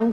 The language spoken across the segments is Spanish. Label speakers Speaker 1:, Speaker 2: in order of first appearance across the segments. Speaker 1: I'm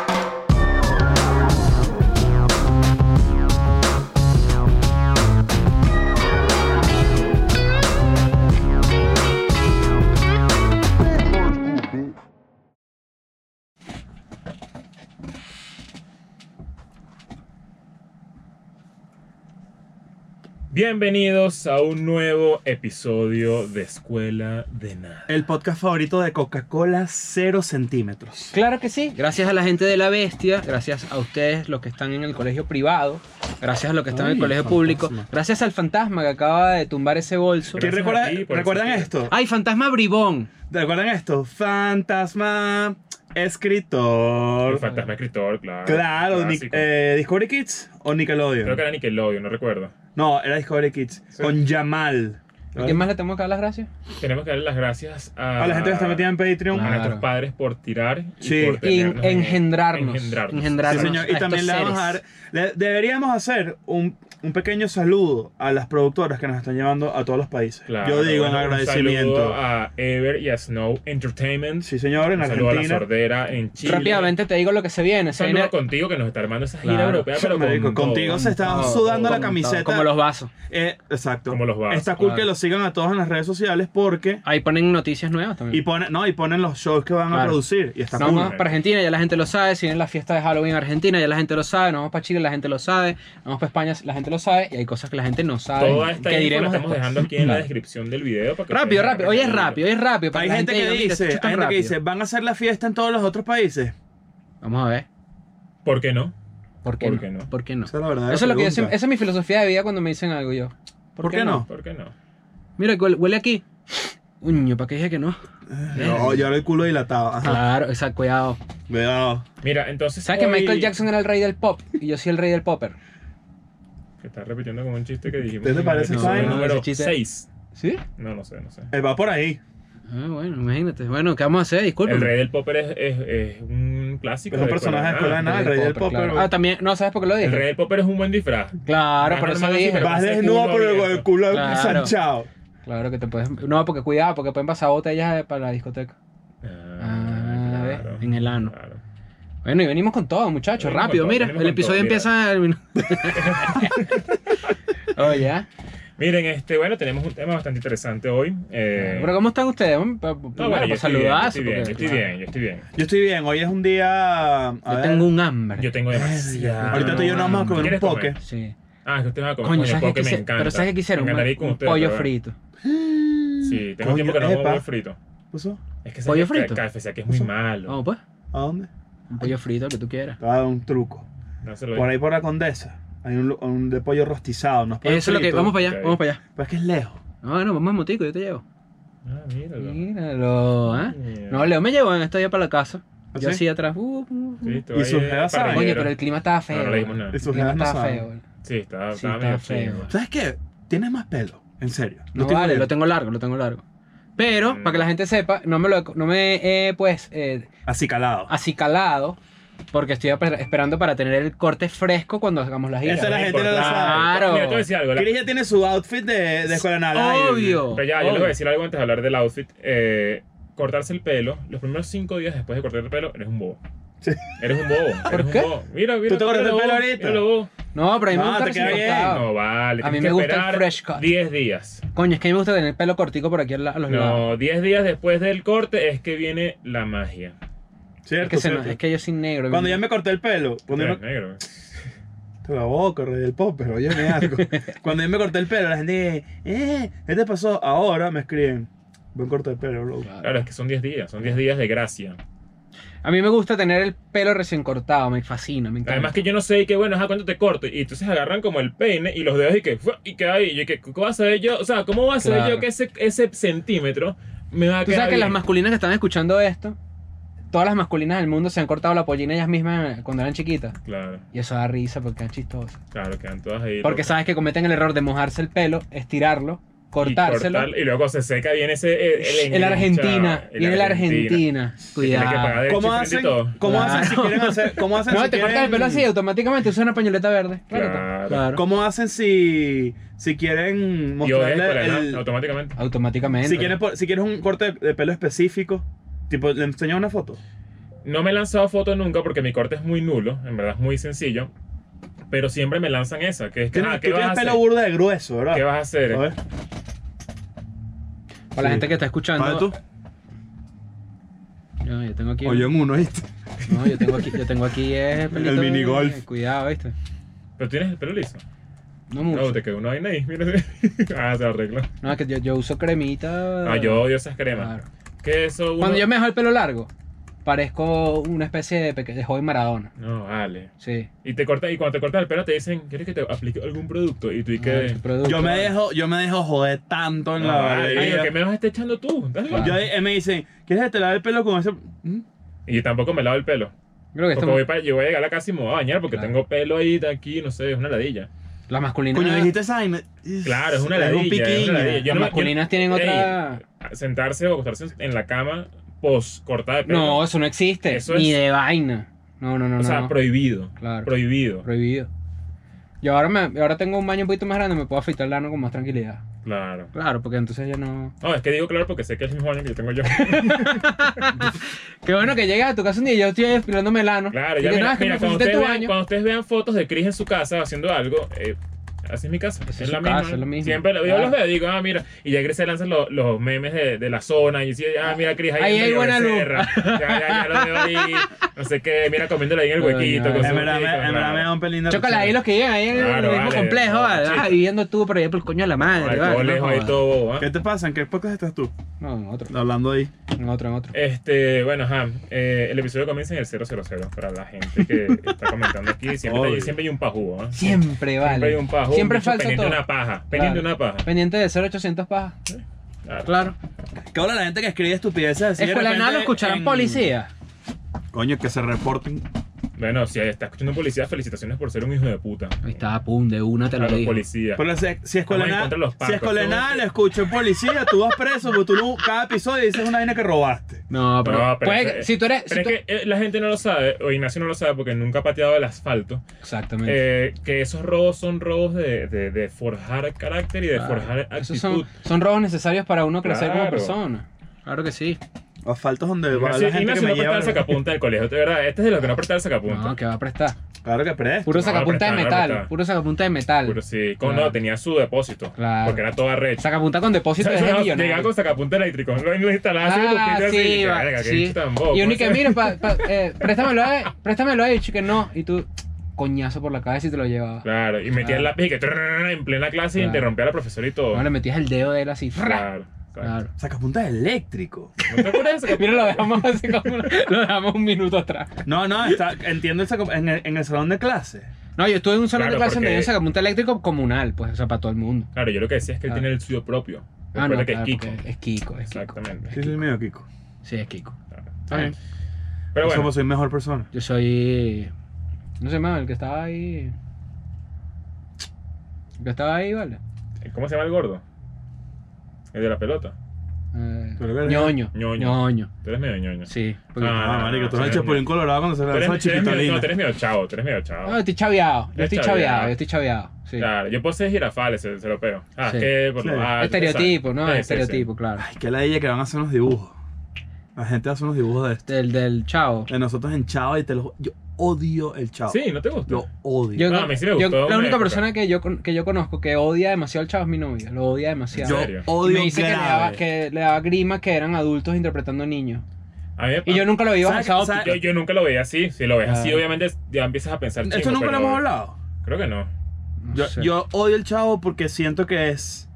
Speaker 2: Bienvenidos a un nuevo episodio de Escuela de Nada.
Speaker 3: El podcast favorito de Coca-Cola, cero centímetros.
Speaker 4: Claro que sí, gracias a la gente de la bestia, gracias a ustedes los que están en el colegio privado, gracias a los que están en
Speaker 3: Ay,
Speaker 4: el colegio
Speaker 3: fantasma.
Speaker 4: público, gracias al fantasma que acaba de tumbar ese bolso.
Speaker 3: ¿Quién
Speaker 2: Gracias
Speaker 3: recuerda-
Speaker 2: a ti por
Speaker 3: ¿Recuerdan
Speaker 2: existir.
Speaker 3: esto?
Speaker 4: ¡Ay, fantasma bribón!
Speaker 3: Ah. ¿Recuerdan esto? Fantasma, escritor.
Speaker 2: El fantasma escritor, claro.
Speaker 3: Claro, Nic-
Speaker 2: Clásico.
Speaker 3: eh, Discovery Kids o Nickelodeon.
Speaker 2: Creo que era Nickelodeon, no recuerdo.
Speaker 3: No, era Discovery Kids.
Speaker 2: Sí.
Speaker 3: Con Yamal.
Speaker 4: ¿A quién más le tenemos que dar las gracias?
Speaker 2: Tenemos que darle las gracias a,
Speaker 3: A Ah, la gente que está metida en Patreon.
Speaker 2: a nuestros
Speaker 4: Claro.
Speaker 2: padres por tirar
Speaker 3: Sí.
Speaker 2: y por
Speaker 4: Y
Speaker 2: tenernos en-
Speaker 4: engendrarnos.
Speaker 2: engendrarnos.
Speaker 3: Sí,
Speaker 4: Engendrarnos.
Speaker 3: señor.
Speaker 4: a
Speaker 3: Y también
Speaker 4: estos
Speaker 3: le vamos a dar.
Speaker 4: seres.
Speaker 3: le- deberíamos hacer un, un pequeño saludo a las productoras que nos están llevando a todos los países.
Speaker 2: Claro,
Speaker 3: Yo digo en
Speaker 2: bueno, Un
Speaker 3: agradecimiento.
Speaker 2: saludo a Ever y a Snow Entertainment.
Speaker 3: Sí, señor, en
Speaker 2: un saludo a la
Speaker 3: Argentina.
Speaker 2: sordera en Chile.
Speaker 4: Rápidamente te digo lo que se viene.
Speaker 2: Un
Speaker 4: Se
Speaker 2: saludo
Speaker 4: viene
Speaker 2: contigo que nos está armando esa gira
Speaker 4: Claro.
Speaker 2: europea, pero con
Speaker 3: Marico,
Speaker 2: todo.
Speaker 3: contigo se está
Speaker 4: Todo,
Speaker 3: sudando la
Speaker 4: todo,
Speaker 3: camiseta.
Speaker 4: Como los vasos.
Speaker 3: Eh, exacto.
Speaker 2: Como los vasos,
Speaker 3: Está cool
Speaker 4: claro.
Speaker 3: que los sigan a todos en las redes sociales porque.
Speaker 4: Ahí ponen noticias nuevas
Speaker 3: Y
Speaker 4: también.
Speaker 3: ponen, no, y ponen los shows que van a
Speaker 4: Claro.
Speaker 3: producir. Y está
Speaker 4: Nos
Speaker 3: cool.
Speaker 4: vamos para Argentina, ya la gente lo sabe. Si viene la fiesta de Halloween en Argentina, ya la gente lo sabe. Nos vamos para Chile, la gente lo sabe. Nos vamos para España, la gente lo sabe. Y hay cosas que la gente no sabe.
Speaker 2: Toda esta info
Speaker 4: que
Speaker 2: la
Speaker 4: diremos
Speaker 2: estamos
Speaker 4: después.
Speaker 2: dejando aquí en la
Speaker 4: Claro.
Speaker 2: descripción del video. para que
Speaker 4: Rápido,
Speaker 2: ustedes
Speaker 4: rápido. Hoy es
Speaker 2: hagan
Speaker 4: rápido, hoy es rápido. para
Speaker 3: Hay
Speaker 4: la
Speaker 3: gente que
Speaker 4: diga, "Mira, esto
Speaker 3: dice,
Speaker 4: es tan
Speaker 3: hay gente que
Speaker 4: rápido".
Speaker 3: dice, van a hacer la fiesta en todos los otros países.
Speaker 4: Vamos a ver.
Speaker 2: ¿Por qué no?
Speaker 4: ¿Por qué,
Speaker 2: ¿Por
Speaker 4: no?
Speaker 2: qué no?
Speaker 4: ¿Por qué no?
Speaker 3: Esa es la verdadera
Speaker 4: Eso es lo que yo
Speaker 3: pregunta.
Speaker 4: siempre- esa es mi filosofía de vida cuando me dicen algo yo.
Speaker 3: ¿Por qué no?
Speaker 2: ¿Por qué no?
Speaker 4: Mira, huele, huele aquí. Uño, ¿para qué dije que no?
Speaker 3: Eh, No, yo ahora el culo dilatado. Ajá.
Speaker 4: Claro, exacto, cuidado.
Speaker 3: Cuidado.
Speaker 2: Mira, entonces.
Speaker 4: ¿Sabes que
Speaker 2: hoy-
Speaker 4: Michael Jackson era el rey del pop? Y yo soy el rey del popper.
Speaker 2: Que está repitiendo como un chiste que dijimos.
Speaker 3: ¿Qué te
Speaker 2: en el
Speaker 3: parece
Speaker 2: episodio
Speaker 3: esa vaina?
Speaker 2: número
Speaker 4: Ese chiste.
Speaker 2: 6.
Speaker 4: ¿Sí?
Speaker 2: No, no sé, no sé.
Speaker 3: Eh, va por ahí.
Speaker 4: Ah, bueno, imagínate. Bueno, ¿qué vamos a hacer? Disculpen.
Speaker 2: El rey del popper es, es- es un clásico.
Speaker 3: Es un
Speaker 2: de
Speaker 3: personaje de escuela de nada, el rey del pop.
Speaker 4: Ah, también. No, ¿sabes por qué lo dije?
Speaker 2: El rey del popper es un buen disfraz.
Speaker 4: Claro,
Speaker 2: Ah,
Speaker 4: por eso
Speaker 2: normal, sí,
Speaker 4: dije.
Speaker 2: pero-
Speaker 3: Vas
Speaker 2: pasa el
Speaker 3: desnudo
Speaker 2: culo
Speaker 3: por el, el
Speaker 2: abierto.
Speaker 3: culo
Speaker 4: Claro.
Speaker 3: ensanchado.
Speaker 4: Claro que te puedes. No, porque cuidado, porque pueden pasar botellas de- para la discoteca. Ah, ¿ves? En el ano.
Speaker 2: claro.
Speaker 4: Bueno, y venimos con todo, muchachos.
Speaker 2: Venimos
Speaker 4: rápido,
Speaker 2: con todo,
Speaker 4: mira.
Speaker 2: venimos
Speaker 4: El
Speaker 2: con todo,
Speaker 4: episodio empieza. en- Oye, ¿ah?
Speaker 2: Miren, este, bueno, tenemos un tema bastante interesante hoy. Eh,
Speaker 4: pero ¿cómo están ustedes? Pa- pa-
Speaker 2: no,
Speaker 4: primero,
Speaker 2: bueno, yo
Speaker 4: para
Speaker 2: estoy bien, yo
Speaker 4: saludarse.
Speaker 2: estoy bien, yo
Speaker 4: porque-
Speaker 2: estoy bien, yo estoy bien.
Speaker 3: Yo estoy bien, hoy es un día. a
Speaker 4: Yo
Speaker 3: ver,
Speaker 4: tengo un hambre.
Speaker 2: Yo tengo demasiado.
Speaker 3: Ahorita tú y yo nos vamos a comer un
Speaker 2: ¿Quieres
Speaker 3: poke.
Speaker 4: Sí.
Speaker 2: Ah, es que ustedes van a comer
Speaker 4: Coño,
Speaker 2: coño,
Speaker 4: ¿sabes qué
Speaker 2: porque me
Speaker 4: quise-
Speaker 2: encanta.
Speaker 4: Pero ¿sabes qué quisieron?
Speaker 2: Me
Speaker 4: Un,
Speaker 2: encantaría ir con
Speaker 4: un
Speaker 2: ustedes,
Speaker 4: pollo
Speaker 2: pero bueno.
Speaker 4: frito.
Speaker 2: Sí, tengo
Speaker 3: Coño,
Speaker 2: tiempo que no como
Speaker 3: epa.
Speaker 2: pollo frito.
Speaker 3: ¿Puso?
Speaker 2: Es que
Speaker 4: ¿Pollo
Speaker 2: sabes que
Speaker 4: frito?
Speaker 2: KFC aquí es muy
Speaker 3: Eso.
Speaker 2: malo.
Speaker 4: Vamos, pues.
Speaker 3: ¿A dónde?
Speaker 4: Un pollo frito, lo que tú quieras.
Speaker 3: Te voy a dar un truco.
Speaker 2: No se lo
Speaker 3: Por ahí por la condesa. Hay un, lu- un de pollo rostizado. No pollo
Speaker 4: Eso es lo que.
Speaker 3: frito.
Speaker 4: Vamos para allá,
Speaker 2: Ok.
Speaker 4: vamos para allá.
Speaker 3: Pero es que es lejos.
Speaker 4: No, no, vamos en motico, yo te llevo.
Speaker 2: Ah, míralo.
Speaker 4: Míralo, ¿eh?
Speaker 2: Mira.
Speaker 4: No, Leo me llevó en estos días para la casa.
Speaker 3: ¿Ah,
Speaker 4: Yo
Speaker 3: sí?
Speaker 4: así atrás. uh, uh, uh.
Speaker 2: Sí, tú
Speaker 3: Y
Speaker 2: ahí
Speaker 3: sus
Speaker 2: de
Speaker 3: jevas saben.
Speaker 4: Oye,
Speaker 2: parrillero.
Speaker 4: pero el clima estaba
Speaker 2: No,
Speaker 4: feo.
Speaker 2: no le dijimos
Speaker 4: güey.
Speaker 2: nada.
Speaker 3: Y
Speaker 4: El
Speaker 3: sus
Speaker 4: clima
Speaker 3: jevas no
Speaker 4: estaba
Speaker 3: saben.
Speaker 4: feo. güey.
Speaker 2: Sí, estaba,
Speaker 4: Sí,
Speaker 2: estaba medio
Speaker 4: estaba feo.
Speaker 2: feo.
Speaker 3: ¿Sabes qué? Tienes más pelo. En serio.
Speaker 4: No
Speaker 3: tengo
Speaker 4: vale,
Speaker 3: idea.
Speaker 4: lo tengo largo, lo tengo largo. Pero,
Speaker 2: Mm.
Speaker 4: para que la gente sepa, no me lo he, no me he, pues, eh,
Speaker 3: Así calado.
Speaker 4: acicalado, porque estoy esper- esperando para tener el corte fresco cuando hagamos las
Speaker 3: Esa
Speaker 4: giras.
Speaker 3: la gente no lo sabe.
Speaker 4: Claro.
Speaker 2: Mira, te voy a decir algo. la-
Speaker 3: Chris ya tiene su outfit de, de escuela nada.
Speaker 4: Obvio.
Speaker 2: Pero ya, yo les voy
Speaker 4: obvio.
Speaker 2: a decir algo antes de hablar del outfit. Eh, cortarse el pelo, los primeros cinco días después de cortarte el pelo, eres un bobo.
Speaker 3: Sí.
Speaker 2: Eres un bobo.
Speaker 4: ¿Por
Speaker 2: eres
Speaker 4: qué?
Speaker 2: Un bobo. Mira, mira.
Speaker 3: ¿Tú te cortaste el
Speaker 2: míralo
Speaker 3: pelo
Speaker 2: bobo,
Speaker 3: ahorita?
Speaker 2: míralo bobo.
Speaker 4: No, pero a mí
Speaker 3: No,
Speaker 4: me gusta
Speaker 3: te queda
Speaker 4: recién
Speaker 3: bien.
Speaker 4: cortado.
Speaker 2: No, vale.
Speaker 4: A mí
Speaker 2: tienes
Speaker 4: me
Speaker 2: que
Speaker 4: gusta el
Speaker 2: esperar
Speaker 4: fresh cut. Pues
Speaker 2: 10 días.
Speaker 4: Coño, es que a mí me gusta tener el pelo cortico por aquí a la- a los lados.
Speaker 2: No, 10 días después del corte es que viene la magia.
Speaker 4: Es
Speaker 3: Cierto,
Speaker 4: que, se
Speaker 3: cierto.
Speaker 4: no- es que yo soy negro.
Speaker 3: Cuando
Speaker 4: mi-
Speaker 3: yo me corté el pelo, cuando yo
Speaker 2: Eres
Speaker 3: me...
Speaker 2: negro.
Speaker 3: Te la boca, rey del pop, pero óyeme algo. cuando yo me corté el pelo, la gente dice, eh, ¿qué te pasó? Ahora me escriben, buen corte de pelo, bro.
Speaker 2: Claro, es que son 10 días. Son 10 días de gracia.
Speaker 4: A mí me gusta tener el pelo recién cortado, me fascina, me encanta.
Speaker 2: Además que yo no sé y que bueno, ajá, ¿cuánto te corto? Y entonces agarran como el peine y los dedos y que ¡fua! y queda ahí. Y yo que ¿cómo va a saber yo? O sea, ¿cómo va a saber
Speaker 4: Claro.
Speaker 2: yo que ese, ese centímetro me va a
Speaker 4: Tú
Speaker 2: quedar
Speaker 4: sabes que las
Speaker 2: bien?
Speaker 4: masculinas que están escuchando esto, todas las masculinas del mundo se han cortado la pollina ellas mismas cuando eran chiquitas.
Speaker 2: Claro,
Speaker 4: Y eso da risa porque es chistoso.
Speaker 2: claro, quedan todas ahí.
Speaker 4: Porque
Speaker 2: locas.
Speaker 4: sabes que cometen el error de mojarse el pelo, estirarlo,
Speaker 2: Y
Speaker 4: cortárselo.
Speaker 2: cortar- Y, luego se seca bien ese... El,
Speaker 4: en la Argentina,
Speaker 2: el
Speaker 4: viene la
Speaker 2: Argentina.
Speaker 4: Argentina.
Speaker 2: Que tiene que
Speaker 4: Cuidado.
Speaker 2: pagar el
Speaker 3: ¿Cómo
Speaker 2: chifrente y
Speaker 3: hacen,
Speaker 2: todo.
Speaker 3: ¿cómo
Speaker 4: Claro.
Speaker 3: hacen si quieren hacer, cómo hacen
Speaker 4: No,
Speaker 3: si
Speaker 4: te cortas el pelo
Speaker 3: quieren-
Speaker 4: así automáticamente, usa una pañoleta verde.
Speaker 2: Claro.
Speaker 3: ¿Cómo hacen si, si quieren
Speaker 2: Y odias
Speaker 3: mostrarle
Speaker 2: escuela,
Speaker 3: el-
Speaker 2: ¿no? automáticamente.
Speaker 4: Automáticamente.
Speaker 2: Ah,
Speaker 3: si, quieres, por- si quieres un corte de pelo específico, tipo, le enseñas una foto?
Speaker 2: No me he lanzado foto nunca porque mi corte es muy nulo, en verdad es muy sencillo. Pero siempre me lanzan esa, que es que,
Speaker 3: Tienes,
Speaker 2: ah,
Speaker 3: tú
Speaker 2: ¿qué vas a
Speaker 3: tienes
Speaker 2: hacer?
Speaker 3: pelo burda de grueso, ¿verdad?
Speaker 2: ¿Qué vas a hacer?
Speaker 3: A ver.
Speaker 4: Para la
Speaker 3: Sí.
Speaker 4: gente que está escuchando.
Speaker 5: ¿Para tú?
Speaker 4: No, yo tengo aquí.
Speaker 5: O yo en uno, ¿viste?
Speaker 4: No, yo tengo aquí, yo tengo aquí eh, pelito,
Speaker 5: El minigolf.
Speaker 4: eh, Cuidado, ¿viste?
Speaker 2: Pero tienes el pelo liso. No,
Speaker 4: No mucho.
Speaker 2: te quedó una vaina ahí, mira. ah, se arregló.
Speaker 4: No, es que yo, yo uso cremita.
Speaker 2: Ah, yo odio esas cremas.
Speaker 4: Claro.
Speaker 2: Que eso uno...
Speaker 4: Cuando yo me dejo el pelo largo, parezco una especie de, peque- de joven Maradona.
Speaker 2: No, vale.
Speaker 4: Sí.
Speaker 2: Y te corta, y cuando te cortas el pelo te dicen, ¿quieres que te aplique algún producto? Y tú y
Speaker 4: Ah,
Speaker 2: que...
Speaker 4: este producto.
Speaker 3: Yo me dejo, yo me dejo joder tanto en
Speaker 2: No,
Speaker 3: la
Speaker 2: vale, digo,
Speaker 3: barbería.
Speaker 2: ¿qué me vas a estar echando tú? Dale.
Speaker 4: Claro.
Speaker 3: Yo eh, me dicen, ¿quieres que te lave el pelo con ese? ¿Mm?
Speaker 2: Y yo tampoco me lavo el pelo.
Speaker 4: Creo
Speaker 2: Porque
Speaker 4: que esto
Speaker 2: voy para, yo voy a llegar a la casa y me voy a bañar porque
Speaker 4: Claro.
Speaker 2: tengo pelo ahí de aquí, no sé, es una ladilla.
Speaker 4: las masculinas.
Speaker 5: Coño, dijiste esa vaina.
Speaker 2: Claro, es una
Speaker 5: Es
Speaker 2: ladilla.
Speaker 5: un
Speaker 2: es una
Speaker 5: piquiño.
Speaker 2: ladilla. Yo
Speaker 4: las
Speaker 2: no-
Speaker 4: masculinas tienen
Speaker 2: Ey,
Speaker 4: otra.
Speaker 2: yo- sentarse o acostarse en la cama post cortada de pelo.
Speaker 4: No, eso no existe.
Speaker 2: Eso
Speaker 4: ni
Speaker 2: es-
Speaker 4: de vaina. No, no, no.
Speaker 2: o sea,
Speaker 4: no.
Speaker 2: prohibido.
Speaker 4: Claro.
Speaker 2: Prohibido.
Speaker 4: Prohibido. Yo ahora, me, ahora tengo un baño un poquito más grande, me puedo afeitar el ano con más tranquilidad.
Speaker 2: Claro.
Speaker 4: Claro, porque entonces ya no.
Speaker 2: No, es que digo claro porque sé que es el mismo año que yo tengo yo.
Speaker 4: Qué bueno que llegas a tu casa un día y yo estoy aspirándome el ano.
Speaker 2: Claro,
Speaker 4: Y
Speaker 2: ya
Speaker 4: que
Speaker 2: mira,
Speaker 4: nada, es que
Speaker 2: mira,
Speaker 4: me
Speaker 2: cuando,
Speaker 4: pusiste
Speaker 2: ustedes
Speaker 4: tu
Speaker 2: vean,
Speaker 4: baño.
Speaker 2: cuando ustedes vean fotos de Chris en su casa haciendo algo, eh, así es mi casa.
Speaker 4: Esa
Speaker 2: Es,
Speaker 4: es
Speaker 2: la
Speaker 4: su
Speaker 2: misma.
Speaker 4: casa, es lo mismo.
Speaker 2: Siempre lo- yo
Speaker 4: Claro.
Speaker 2: los veo y digo, ah, mira. Y ya Chris se lanzan los, los memes de, de la zona y dice, ah, mira, Chris, ahí,
Speaker 4: Ahí
Speaker 2: anda
Speaker 4: hay
Speaker 2: yo,
Speaker 4: buena luz.
Speaker 2: Becerra. Ya, ya, ya lo veo ahí. No sé qué, mira, comiéndole ahí en el
Speaker 4: Coño,
Speaker 2: huequito. con
Speaker 4: vale.
Speaker 2: su
Speaker 3: En verdad, me-
Speaker 2: rico,
Speaker 3: en verdad
Speaker 2: claro.
Speaker 3: me da un pelín de
Speaker 4: Chócala ahí los que llegan ahí en el
Speaker 2: Claro,
Speaker 4: mismo
Speaker 2: vale.
Speaker 4: complejo,
Speaker 2: No,
Speaker 4: vale.
Speaker 2: chico.
Speaker 4: Ah, viviendo tú por allá por el coño de la madre,
Speaker 2: Ay,
Speaker 4: vale.
Speaker 2: todo
Speaker 4: no
Speaker 2: lejos ahí,
Speaker 4: jodas.
Speaker 2: todo bobo, ¿ah?
Speaker 5: ¿Qué te pasa? ¿En qué podcast estás tú?
Speaker 4: No, en otro,
Speaker 5: Hablando ahí.
Speaker 4: en otro, en otro.
Speaker 2: Este, bueno, ajá, eh, el episodio comienza en el 000 para la gente que está comentando aquí. Siempre,
Speaker 5: Obvio.
Speaker 2: hay, siempre hay un pajugo, ¿eh?
Speaker 4: Siempre, vale.
Speaker 2: Siempre hay un pajugo.
Speaker 4: Siempre
Speaker 2: un bicho
Speaker 4: falta
Speaker 2: pendiente
Speaker 4: todo.
Speaker 2: de una paja. Pendiente de una paja.
Speaker 4: Pendiente de 0800 paja.
Speaker 2: Claro.
Speaker 4: Claro.
Speaker 3: Que ahora la gente que escribe estupideces así. de
Speaker 4: Escuela de nada lo
Speaker 3: repente
Speaker 4: escucharán
Speaker 3: en-
Speaker 4: policía.
Speaker 5: Coño, que se reporten.
Speaker 2: Bueno, si está escuchando un policía, felicitaciones por ser un hijo de puta.
Speaker 4: Ahí está, pum, de una te
Speaker 2: A
Speaker 4: lo
Speaker 2: los
Speaker 4: digo.
Speaker 2: policías.
Speaker 3: Pero si, si
Speaker 2: Vamos a
Speaker 3: escuela
Speaker 2: encontrar
Speaker 3: nada,
Speaker 2: los
Speaker 3: si
Speaker 2: pacos,
Speaker 3: escuela
Speaker 2: todo.
Speaker 3: nada le escucho en policía, tú vas preso, porque tú no- cada episodio dices una vaina que robaste.
Speaker 4: No, pero,
Speaker 2: No, pero
Speaker 4: puede
Speaker 2: es-
Speaker 4: que- si tú eres... si
Speaker 2: Pero es
Speaker 4: tú-
Speaker 2: que eh, la gente no lo sabe, o Ignacio no lo sabe porque nunca ha pateado el asfalto,
Speaker 4: Exactamente.
Speaker 2: eh, que esos robos son robos de, de- de forjar carácter y de forjar actitud.
Speaker 4: Esos son, son robos necesarios para uno crecer como
Speaker 2: Claro.
Speaker 4: persona. Claro que sí.
Speaker 3: Asfaltos donde va
Speaker 2: Ignacio,
Speaker 3: la gente que
Speaker 2: Ignacio
Speaker 3: me
Speaker 2: no
Speaker 3: lleva.
Speaker 2: prestaba el sacapunta del colegio, de verdad. Este es de los que no prestaba el sacapunta.
Speaker 4: No, que va a prestar.
Speaker 3: Claro que presto.
Speaker 4: Puro
Speaker 2: No,
Speaker 4: sacapunta de
Speaker 2: prestar,
Speaker 4: metal.
Speaker 2: prestar.
Speaker 4: Puro sacapunta de metal.
Speaker 2: Pero sí, con-
Speaker 4: Claro.
Speaker 2: no, tenía su depósito.
Speaker 4: Claro.
Speaker 2: Porque era toda red.
Speaker 4: Sacapunta con depósito de
Speaker 2: Llegaba-
Speaker 4: millonario.
Speaker 2: Llegaba con sacapunta eléctrico. Lo, lo instalaba así,
Speaker 4: Ah,
Speaker 2: lo así.
Speaker 4: sí,
Speaker 2: y,
Speaker 4: va,
Speaker 2: verga, qué
Speaker 4: sí.
Speaker 2: bicho tan bobo,
Speaker 4: Y uno que,
Speaker 2: ¿sabes?
Speaker 4: mira, pa- pa- eh, préstamelo a él, préstamelo a él, que no. Y tú, coñazo por la cabeza y te lo llevabas.
Speaker 2: Claro, y metía el lápiz y que trrrr, en plena clase y
Speaker 4: Claro.
Speaker 2: interrumpía a la profesora y todo.
Speaker 4: No, le metías el dedo de él así. fra.
Speaker 2: Claro.
Speaker 4: Claro.
Speaker 3: Sacapuntas eléctrico.
Speaker 2: ¿No te acuerdas de sacapunta?
Speaker 4: Mira, lo dejamos así como lo dejamos un minuto atrás.
Speaker 3: No, no, está, entiendo el saca- en, el, en el salón de clase.
Speaker 4: No, yo estuve en un salón
Speaker 2: Claro,
Speaker 4: de clase donde
Speaker 2: porque-
Speaker 4: había un sacapunta eléctrico comunal, pues, o sea, para todo el mundo.
Speaker 2: Claro, yo lo que decía es que él
Speaker 4: Claro.
Speaker 2: tiene el suyo propio.
Speaker 4: Ah,
Speaker 2: Recuerda
Speaker 4: no,
Speaker 2: que es
Speaker 4: claro,
Speaker 2: Kiko.
Speaker 4: porque es Kiko. Es Kiko.
Speaker 2: Exactamente. Ah,
Speaker 3: Sí, soy medio Kiko.
Speaker 4: Sí, es Kiko.
Speaker 2: Claro.
Speaker 4: Está bien.
Speaker 2: Pero
Speaker 3: Por eso
Speaker 2: bueno,
Speaker 5: pues
Speaker 3: soy mejor persona.
Speaker 4: Yo soy. No sé más, el que estaba ahí. El que estaba ahí, vale.
Speaker 2: eh, ¿cómo se llama el gordo? El de la pelota.
Speaker 4: Eh,
Speaker 3: Pero verga.
Speaker 4: ñoño.
Speaker 2: Ñoño.
Speaker 4: Ñoño.
Speaker 2: Tú eres medio ñoño.
Speaker 4: Sí. porque-
Speaker 2: Ah,
Speaker 5: Ah, marico, tú
Speaker 2: sí,
Speaker 5: eres el
Speaker 2: no.
Speaker 5: chapulín colorado cuando se
Speaker 2: Tú eres,
Speaker 5: lanzó
Speaker 2: tú eres medio, no, tú
Speaker 5: chiquitolina.
Speaker 2: eres medio chavo, tú eres medio chavo.
Speaker 4: No, estoy chaveado. Ah, Yo
Speaker 2: Eres
Speaker 4: estoy
Speaker 2: chaveado.
Speaker 4: chaveado, yo estoy chaveado. Sí.
Speaker 2: Claro, yo puedo ser jirafales, se, se lo pego. Ah,
Speaker 4: Sí.
Speaker 2: que por lo
Speaker 3: Sí.
Speaker 2: alto,
Speaker 4: Estereotipo, ¿no?
Speaker 2: ¿sabes? Sí, sí,
Speaker 4: Estereotipo, claro.
Speaker 5: Ay, qué ladilla que van a hacer unos dibujos. La gente hace unos dibujos de esto.
Speaker 4: Del, del chavo.
Speaker 5: De nosotros en Chao y te lo Yo odio el Chao.
Speaker 2: Sí, Sí, ¿no te gusta?
Speaker 5: Lo odio.
Speaker 4: Yo,
Speaker 2: No, a mí sí me gustó
Speaker 4: yo-
Speaker 2: una
Speaker 4: la única
Speaker 2: época.
Speaker 4: persona que yo, con- que yo conozco que odia demasiado al chavo es mi novia. Lo odia demasiado.
Speaker 5: Yo
Speaker 2: ¿En serio?
Speaker 4: Y
Speaker 5: odio
Speaker 4: me dice que le, daba,
Speaker 2: eh.
Speaker 5: grave.
Speaker 4: que le daba grima que eran adultos interpretando niños.
Speaker 2: A mí me-
Speaker 4: Y yo nunca Ah. lo vi bajo
Speaker 5: ¿Sabes-
Speaker 4: esa óptica.
Speaker 5: sabes-
Speaker 2: yo, yo nunca lo veía así. Si lo ves así,
Speaker 4: Claro.
Speaker 2: obviamente ya empiezas a pensar.
Speaker 5: Esto
Speaker 2: chingo,
Speaker 5: nunca lo
Speaker 2: pero-
Speaker 5: hemos hablado.
Speaker 2: Creo que no.
Speaker 4: No
Speaker 5: Yo,
Speaker 4: sé.
Speaker 5: yo odio el Chao porque siento que es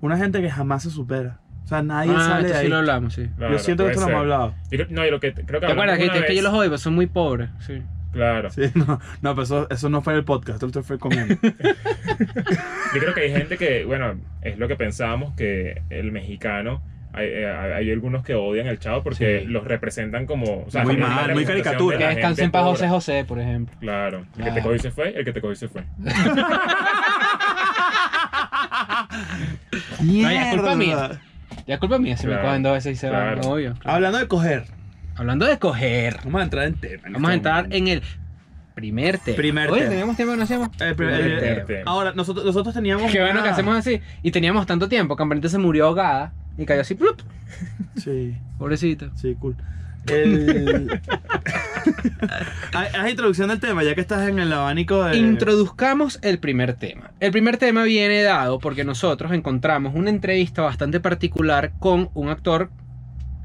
Speaker 5: una gente que jamás se supera. O sea, nadie
Speaker 4: ah,
Speaker 5: sale
Speaker 4: esto
Speaker 5: de ahí.
Speaker 4: sí lo hablamos, sí.
Speaker 2: Claro,
Speaker 5: yo siento que
Speaker 2: puede
Speaker 5: esto lo hemos
Speaker 2: ser.
Speaker 5: hablado.
Speaker 2: Yo creo- no, y lo que creo que
Speaker 4: ¿Te acuerdas? Que,
Speaker 2: hablamos
Speaker 4: es
Speaker 2: una
Speaker 4: que yo
Speaker 2: vez-
Speaker 4: los odio, pero son muy pobres. Sí.
Speaker 2: Claro.
Speaker 5: Sí, no, no, pero eso, eso no fue en el podcast, esto fue comiendo.
Speaker 2: Yo creo que hay gente que, bueno, es lo que pensábamos que el mexicano. Hay, eh, hay algunos que odian el chavo porque
Speaker 4: Sí.
Speaker 2: los representan como. O sea,
Speaker 5: Muy
Speaker 2: como una
Speaker 5: mal, muy
Speaker 2: representación
Speaker 5: caricatura.
Speaker 2: de
Speaker 4: Que
Speaker 2: la
Speaker 4: descansen
Speaker 2: gente
Speaker 4: para
Speaker 2: pobre.
Speaker 4: José Ah. José, por ejemplo.
Speaker 2: Claro. El que
Speaker 4: Claro.
Speaker 2: te cogió y se fue, el que te cogió y se fue.
Speaker 4: No, ya es culpa mía. Ya es culpa mía si
Speaker 2: Claro,
Speaker 4: me cogen dos veces y se van,
Speaker 2: claro.
Speaker 4: obvio.
Speaker 3: Hablando de coger,
Speaker 4: Hablando de coger,
Speaker 3: vamos a entrar en tema.
Speaker 4: vamos
Speaker 5: este
Speaker 4: a entrar en el primer tema.
Speaker 3: Primer
Speaker 4: Oye,
Speaker 3: tema.
Speaker 4: tenemos tiempo que no hacemos.
Speaker 5: Eh, pero,
Speaker 4: Primer
Speaker 5: eh,
Speaker 4: tema.
Speaker 2: Este,
Speaker 5: Ahora, nosotros, nosotros teníamos.
Speaker 4: Qué bueno
Speaker 5: una-
Speaker 4: que hacemos así. Y teníamos tanto tiempo. Campanita se murió ahogada y cayó así, plup.
Speaker 5: Sí,
Speaker 4: Pobrecito.
Speaker 5: sí, cool.
Speaker 3: El-
Speaker 5: Haz haz introducción del tema, ya que estás en el abanico de.
Speaker 4: Introduzcamos el primer tema. El primer tema viene dado porque nosotros encontramos una entrevista bastante particular con un actor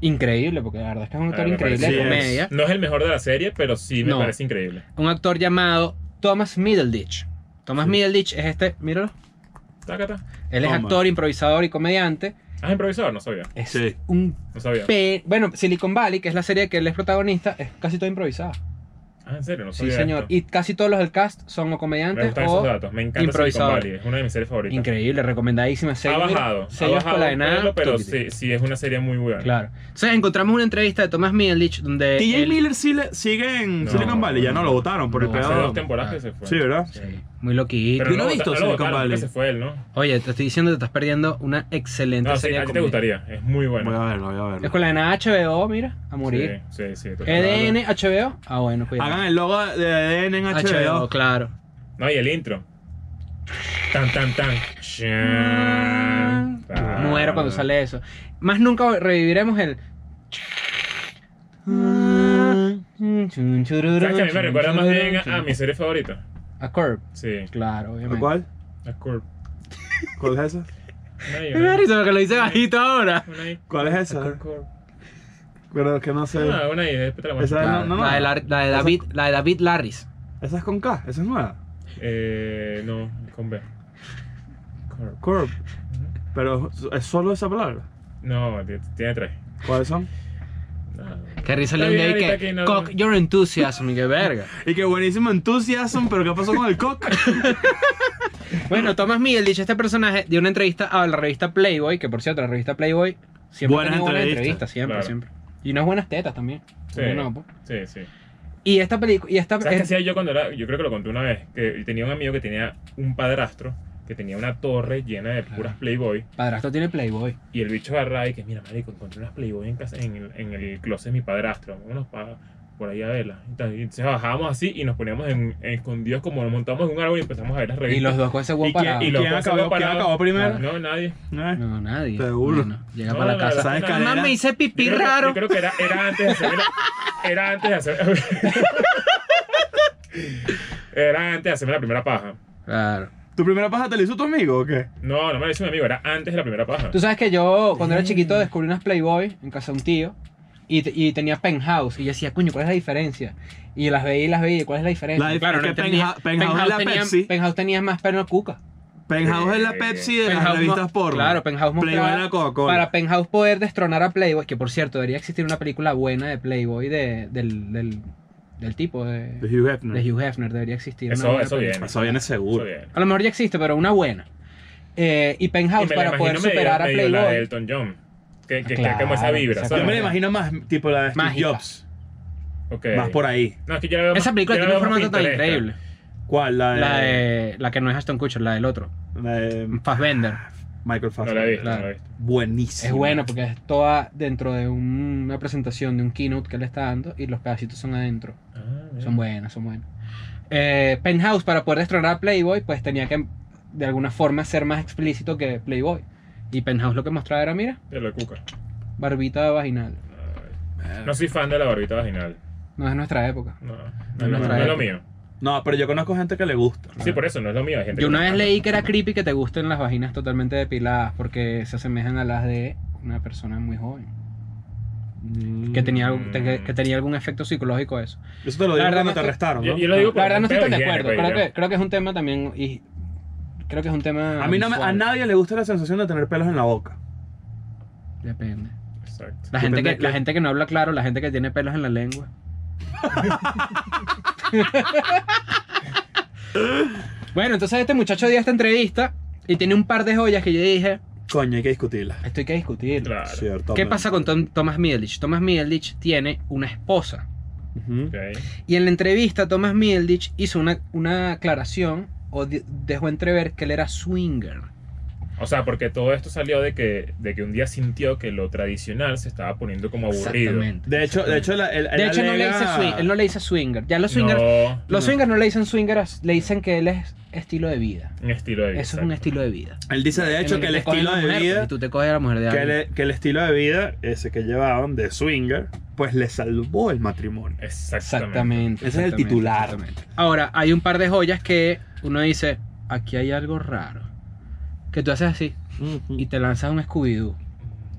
Speaker 4: increíble, porque la verdad es que es un actor
Speaker 2: Ah, me
Speaker 4: increíble
Speaker 2: parece-
Speaker 4: de
Speaker 5: sí, es.
Speaker 4: comedia.
Speaker 2: No es el mejor de la serie, pero sí me
Speaker 4: No.
Speaker 2: parece increíble.
Speaker 4: Un actor llamado Thomas Middleditch. Thomas Middleditch es este, míralo.
Speaker 2: Tácata.
Speaker 4: Él es
Speaker 5: Thomas.
Speaker 4: actor, improvisador y comediante.
Speaker 2: Ah, improvisador, no sabía.
Speaker 4: Es
Speaker 5: Sí.
Speaker 4: un
Speaker 2: No sabía.
Speaker 4: pe- Bueno, Silicon Valley, que es la serie que él es protagonista, es casi todo improvisado.
Speaker 2: Ah, en serio, no
Speaker 4: Sí,
Speaker 2: sabía.
Speaker 4: señor.
Speaker 2: esto.
Speaker 4: Y casi todos los del cast son o
Speaker 2: me
Speaker 4: comediantes
Speaker 2: gustan esos
Speaker 4: o
Speaker 2: datos. Me encanta Silicon
Speaker 4: improvisador.
Speaker 2: Valley. Es una de mis series favoritas.
Speaker 4: Increíble, recomendadísima serie.
Speaker 2: Ha
Speaker 4: Mira,
Speaker 2: bajado. Ha
Speaker 4: sellos
Speaker 2: bajado
Speaker 4: con la de
Speaker 2: un
Speaker 4: nada,
Speaker 2: pelo, pero
Speaker 4: tuquiti.
Speaker 2: sí, sí, es una serie muy buena.
Speaker 4: Claro. Entonces encontramos una entrevista de Thomas Middleditch donde.
Speaker 5: TJ
Speaker 4: él-
Speaker 5: Miller sí le- sigue en
Speaker 2: No,
Speaker 5: Silicon Valley, ya no lo votaron por
Speaker 4: no,
Speaker 5: el
Speaker 2: Hace dos
Speaker 5: pedo.
Speaker 2: temporadas
Speaker 4: Ah.
Speaker 2: que se fue.
Speaker 5: Sí, ¿verdad?
Speaker 4: Sí, Muy loquito.
Speaker 2: Pero
Speaker 5: Yo no he
Speaker 2: lo
Speaker 5: visto
Speaker 2: vota- lo
Speaker 5: Silicon
Speaker 2: votaron porque
Speaker 5: Valley.
Speaker 2: Se fue él, ¿no?
Speaker 4: Oye, te estoy diciendo que te estás perdiendo una excelente
Speaker 2: No, sí,
Speaker 4: serie.
Speaker 2: a
Speaker 4: de
Speaker 2: ti te
Speaker 4: comedia.
Speaker 2: gustaría. Es muy
Speaker 5: Voy
Speaker 2: bueno.
Speaker 5: a verlo, voy a verlo.
Speaker 4: Es con la nada HBO, mira, a morir. Eh. E
Speaker 2: Sí, pues, sí, sí. total.
Speaker 4: EDN, HBO. Ah, bueno, cuidado.
Speaker 5: Hagan el logo de ADN en HBO.
Speaker 4: claro.
Speaker 2: No, y el intro. Tan, tan, tan. Ah, Chan. Ah.
Speaker 4: Muero cuando sale eso. Más nunca reviviremos el.
Speaker 2: ¿Sabes que a mí me recuerda más bien a, a
Speaker 4: a
Speaker 2: mi serie favorita?
Speaker 4: A Curb,
Speaker 2: Sí,
Speaker 4: claro, obviamente.
Speaker 5: ¿Cuál?
Speaker 2: a Curb.
Speaker 5: ¿Cuál es esa?
Speaker 2: Una ahí,
Speaker 4: Me
Speaker 2: una
Speaker 4: da
Speaker 2: ahí,
Speaker 4: risa porque lo dice bajito ahora.
Speaker 2: una ahí.
Speaker 5: ¿Cuál es
Speaker 2: A
Speaker 5: esa?
Speaker 2: Curb, Curb.
Speaker 5: Pero que no sé.
Speaker 2: Ah, una ahí, después te la muestro.
Speaker 5: Esa-
Speaker 4: Claro,
Speaker 5: no, no,
Speaker 4: la, de
Speaker 5: no.
Speaker 4: la- la de David, la de David Larris.
Speaker 5: Esa es con K, esa es nueva.
Speaker 2: Eh, no, con B. Curb.
Speaker 5: Curb. Pero es solo esa palabra.
Speaker 2: No, t- tiene tres.
Speaker 5: ¿Cuáles son?
Speaker 2: No.
Speaker 4: Que risa
Speaker 2: Está
Speaker 4: le
Speaker 2: bien,
Speaker 4: ahí
Speaker 2: ahorita
Speaker 4: que
Speaker 2: aquí no-
Speaker 4: cock your enthusiasm y que verga.
Speaker 5: Y que buenísimo entusiasmo, pero ¿qué pasó con el cock?
Speaker 4: Bueno, Thomas Miguel, dicho este personaje, dio una entrevista a la revista Playboy, que por cierto, la revista Playboy siempre
Speaker 5: Buenas
Speaker 4: tiene buenas
Speaker 5: entrevistas,
Speaker 4: entrevistas, siempre,
Speaker 2: claro.
Speaker 4: siempre. Y unas buenas tetas también.
Speaker 2: Sí.
Speaker 4: ¿por qué no, po?
Speaker 2: Sí, sí.
Speaker 4: Y esta película, y esta
Speaker 2: ¿Sabes qué
Speaker 4: es-
Speaker 2: hacía yo cuando era.? Yo creo que lo conté una vez. Que tenía un amigo que tenía un padrastro que tenía una torre llena de puras
Speaker 4: Ah.
Speaker 2: Playboy.
Speaker 4: Padrastro tiene Playboy.
Speaker 2: Y el bicho agarraba y que, mira, marico, encontré unas Playboy en, casa, en, el, en el closet de mi padrastro. Vámonos pa- por ahí a verlas. Entonces, entonces bajábamos así y nos poníamos en, en escondidos como nos montamos en un árbol y empezamos a ver las revistas.
Speaker 4: Y los dos con ese
Speaker 5: ¿Y
Speaker 4: guapo
Speaker 5: quién,
Speaker 4: parado.
Speaker 5: y
Speaker 2: los
Speaker 5: quién
Speaker 2: dos se
Speaker 5: acabó,
Speaker 2: van
Speaker 5: quién
Speaker 2: parados.
Speaker 5: acabó primero?
Speaker 2: No, nadie.
Speaker 5: ¿Eh?
Speaker 4: No, nadie.
Speaker 5: Seguro.
Speaker 4: Bueno, llega
Speaker 2: No,
Speaker 4: para la
Speaker 2: la
Speaker 4: casa.
Speaker 2: verdad
Speaker 5: es que
Speaker 4: Mamá
Speaker 5: era-
Speaker 4: me hice
Speaker 2: Yo
Speaker 4: pipí
Speaker 2: creo que-
Speaker 4: raro.
Speaker 2: Yo creo que era, era antes de hacer. la- Era antes de hacer. Era antes de hacerme la primera paja.
Speaker 4: Claro.
Speaker 5: ¿Tu primera paja te la hizo tu amigo o qué?
Speaker 2: No, no me lo hizo mi amigo, era antes de la primera paja.
Speaker 4: Tú sabes que yo, cuando era chiquito, descubrí unas Playboy en casa de un tío. Y, te- y tenía penthouse. Y yo decía, coño, ¿cuál es la diferencia? Y las veía y las veía. ¿Cuál es la diferencia?
Speaker 5: La dif- es que
Speaker 4: entendía.
Speaker 5: Penthouse- Penthouse es la
Speaker 4: tenía,
Speaker 5: Pepsi.
Speaker 4: Penthouse tenía más perno cuca.
Speaker 5: Penthouse es la Pepsi de las
Speaker 4: Penthouse
Speaker 5: revistas
Speaker 4: mo-
Speaker 5: porno.
Speaker 4: Claro, Penthouse
Speaker 5: Playboy
Speaker 4: mostraba-
Speaker 5: es la Coca-Cola.
Speaker 4: Para Penthouse poder destronar a Playboy, que por cierto, debería existir una película buena de Playboy de, del, del, del tipo
Speaker 5: De
Speaker 4: de,
Speaker 5: Hugh Hefner.
Speaker 4: de Hugh Hefner. Debería existir.
Speaker 2: Eso-
Speaker 4: una buena
Speaker 2: eso
Speaker 4: película.
Speaker 2: viene.
Speaker 5: Eso viene
Speaker 2: Eso
Speaker 5: seguro.
Speaker 2: bien.
Speaker 4: A lo mejor ya existe, pero una buena. Eh, y
Speaker 2: Y
Speaker 4: Penthouse
Speaker 2: me la
Speaker 4: para
Speaker 2: imagino
Speaker 4: poder
Speaker 2: medio-
Speaker 4: superar a
Speaker 2: medio la de
Speaker 4: Playboy.
Speaker 2: Elton John. Que, que,
Speaker 4: Claro,
Speaker 2: que como esa vibra,
Speaker 4: exacto.
Speaker 5: Yo me
Speaker 2: ¿sabes?
Speaker 5: la imagino más tipo la de Steve
Speaker 4: Mágica.
Speaker 5: Jobs.
Speaker 2: Ok.
Speaker 5: Más por ahí.
Speaker 2: No, es que yo la veo
Speaker 4: Esa
Speaker 2: más-
Speaker 4: película
Speaker 2: yo la
Speaker 4: tiene un
Speaker 2: veo más
Speaker 4: formato tan
Speaker 2: pintoresca.
Speaker 4: increíble.
Speaker 5: ¿Cuál? La de,
Speaker 4: La de. La que no es Aston Kutcher, la del otro.
Speaker 5: la de
Speaker 4: Fassbender.
Speaker 5: Michael
Speaker 2: No
Speaker 5: Fassbender.
Speaker 2: la he visto,
Speaker 4: Claro.
Speaker 2: no la he visto.
Speaker 5: Buenísimo.
Speaker 4: Es buena porque es toda dentro de un- una presentación, de un keynote que le está dando y los pedacitos son adentro.
Speaker 2: Ah, mira.
Speaker 4: Son buenas, son buenas. Eh, Penthouse, para poder destronar a Playboy, pues tenía que de alguna forma ser más explícito que Playboy. Y Penthouse lo que mostraba era, mira,
Speaker 2: De la cuca.
Speaker 4: barbita vaginal.
Speaker 2: No soy fan de la barbita vaginal.
Speaker 4: No es nuestra época.
Speaker 2: No, no,
Speaker 4: No,
Speaker 2: no,
Speaker 4: no,
Speaker 2: no es
Speaker 4: no.
Speaker 2: lo mío.
Speaker 5: No, pero yo conozco gente que le gusta.
Speaker 2: Sí, por eso no es lo mío. Hay gente
Speaker 4: Yo
Speaker 2: que
Speaker 4: una
Speaker 2: no-
Speaker 4: vez leí que era creepy que te gusten las vaginas totalmente depiladas porque se asemejan a las de una persona muy joven. Mm. Que tenía, algo- que, que tenía algún efecto psicológico eso.
Speaker 5: Eso te lo
Speaker 4: La
Speaker 5: digo
Speaker 4: verdad
Speaker 5: cuando
Speaker 4: no
Speaker 5: te
Speaker 4: estoy-
Speaker 5: arrestaron,
Speaker 2: Yo,
Speaker 5: ¿no?
Speaker 2: yo lo digo
Speaker 4: La
Speaker 2: por
Speaker 4: verdad no
Speaker 2: un
Speaker 4: estoy tan
Speaker 2: pedo
Speaker 4: de acuerdo.
Speaker 2: higiénico y
Speaker 4: Creo
Speaker 2: ya.
Speaker 4: que, creo que es un tema también y creo que es un tema
Speaker 5: A mí no me- a
Speaker 4: visual.
Speaker 5: nadie le gusta la sensación de tener pelos en la boca.
Speaker 4: Depende.
Speaker 2: Exacto.
Speaker 4: La gente, que,
Speaker 5: Depende-
Speaker 4: la gente que no habla claro, la gente que tiene pelos en la lengua. bueno, entonces este muchacho dio esta entrevista y tiene un par de joyas que yo dije,
Speaker 5: Coño, hay que discutirla.
Speaker 4: esto hay que discutir.
Speaker 2: Claro.
Speaker 5: Cierto.
Speaker 4: ¿Qué
Speaker 5: hombre.
Speaker 4: pasa con Tom- Thomas Middleditch? Thomas Middleditch tiene una esposa.
Speaker 5: Ujú.
Speaker 2: Ok.
Speaker 4: Y en la entrevista, Thomas Middleditch hizo una, una aclaración o de- dejó entrever que él era swinger.
Speaker 2: O sea, porque todo esto salió de que, de que un día sintió que lo tradicional se estaba poniendo como aburrido.
Speaker 5: De hecho, de hecho, la, el,
Speaker 4: De hecho, no le dice swing- él no le dice swinger. Ya los swingers.
Speaker 2: No,
Speaker 5: No.
Speaker 4: Los swingers no le dicen swingers, le dicen que él es estilo de vida.
Speaker 2: Un estilo de vida.
Speaker 4: Eso es un
Speaker 2: exacto.
Speaker 4: estilo de vida.
Speaker 3: Él dice, de hecho,
Speaker 4: En
Speaker 3: que
Speaker 4: el
Speaker 3: el
Speaker 4: te coges
Speaker 3: estilo
Speaker 4: a la
Speaker 3: de
Speaker 4: mujer,
Speaker 3: vida.
Speaker 4: Y tú te coges a la mujer de
Speaker 3: Que,
Speaker 4: alguien.
Speaker 3: le- que el estilo de vida ese que llevaban de swinger, pues le salvó el matrimonio.
Speaker 2: Exactamente.
Speaker 3: Ese
Speaker 4: Exactamente.
Speaker 3: es el
Speaker 4: exactamente,
Speaker 3: titular.
Speaker 4: exactamente. Ahora, hay un par de joyas que uno dice, aquí hay algo raro. Que tú haces así y te lanzas un Scooby-Doo.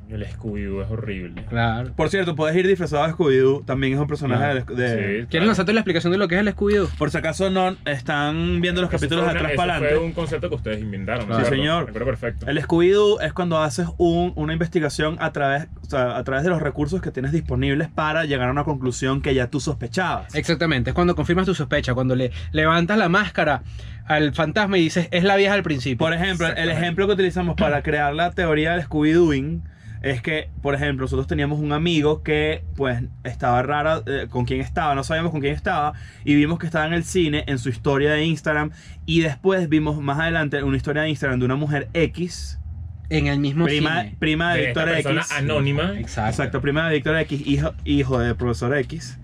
Speaker 2: El Scooby-Doo es horrible.
Speaker 4: Claro.
Speaker 3: Por cierto, puedes ir disfrazado de Scooby-Doo, también es un personaje de...
Speaker 4: Claro.
Speaker 3: de-
Speaker 2: Ah, Sí,
Speaker 4: ¿Quieres
Speaker 2: claro.
Speaker 4: lanzarte la explicación de lo que es el Scooby-Doo?
Speaker 3: Por si acaso no están viendo los
Speaker 2: Eso
Speaker 3: capítulos
Speaker 2: fue
Speaker 3: de
Speaker 2: una-
Speaker 3: atrás
Speaker 2: eso
Speaker 3: para
Speaker 2: Fue
Speaker 3: adelante.
Speaker 2: un concepto que ustedes inventaron. me
Speaker 4: Sí,
Speaker 2: acuerdo,
Speaker 3: señor.
Speaker 2: Me acuerdo perfecto.
Speaker 3: El Scooby-Doo es cuando haces un- una investigación a través, o sea, a través de los recursos que tienes disponibles para llegar a una conclusión que ya tú sospechabas.
Speaker 4: Exactamente, es cuando confirmas tu sospecha, cuando le levantas la máscara al fantasma y dices, es la vieja al principio.
Speaker 3: Por ejemplo, el
Speaker 2: Exactamente.
Speaker 3: ejemplo que utilizamos para crear la teoría del Scooby-Dooing es que, por ejemplo, nosotros teníamos un amigo que, pues, estaba rara eh, con quién estaba, no sabíamos con quién estaba, y vimos que estaba en el cine, en su historia de Instagram, y después vimos más adelante una historia de Instagram de una mujer X,
Speaker 4: en el mismo
Speaker 3: prima,
Speaker 4: cine.
Speaker 3: prima de
Speaker 2: De esta
Speaker 3: Víctor X.
Speaker 2: persona anónima.
Speaker 4: Exacto.
Speaker 3: Exacto, prima de Víctor X, hijo, hijo de profesor X.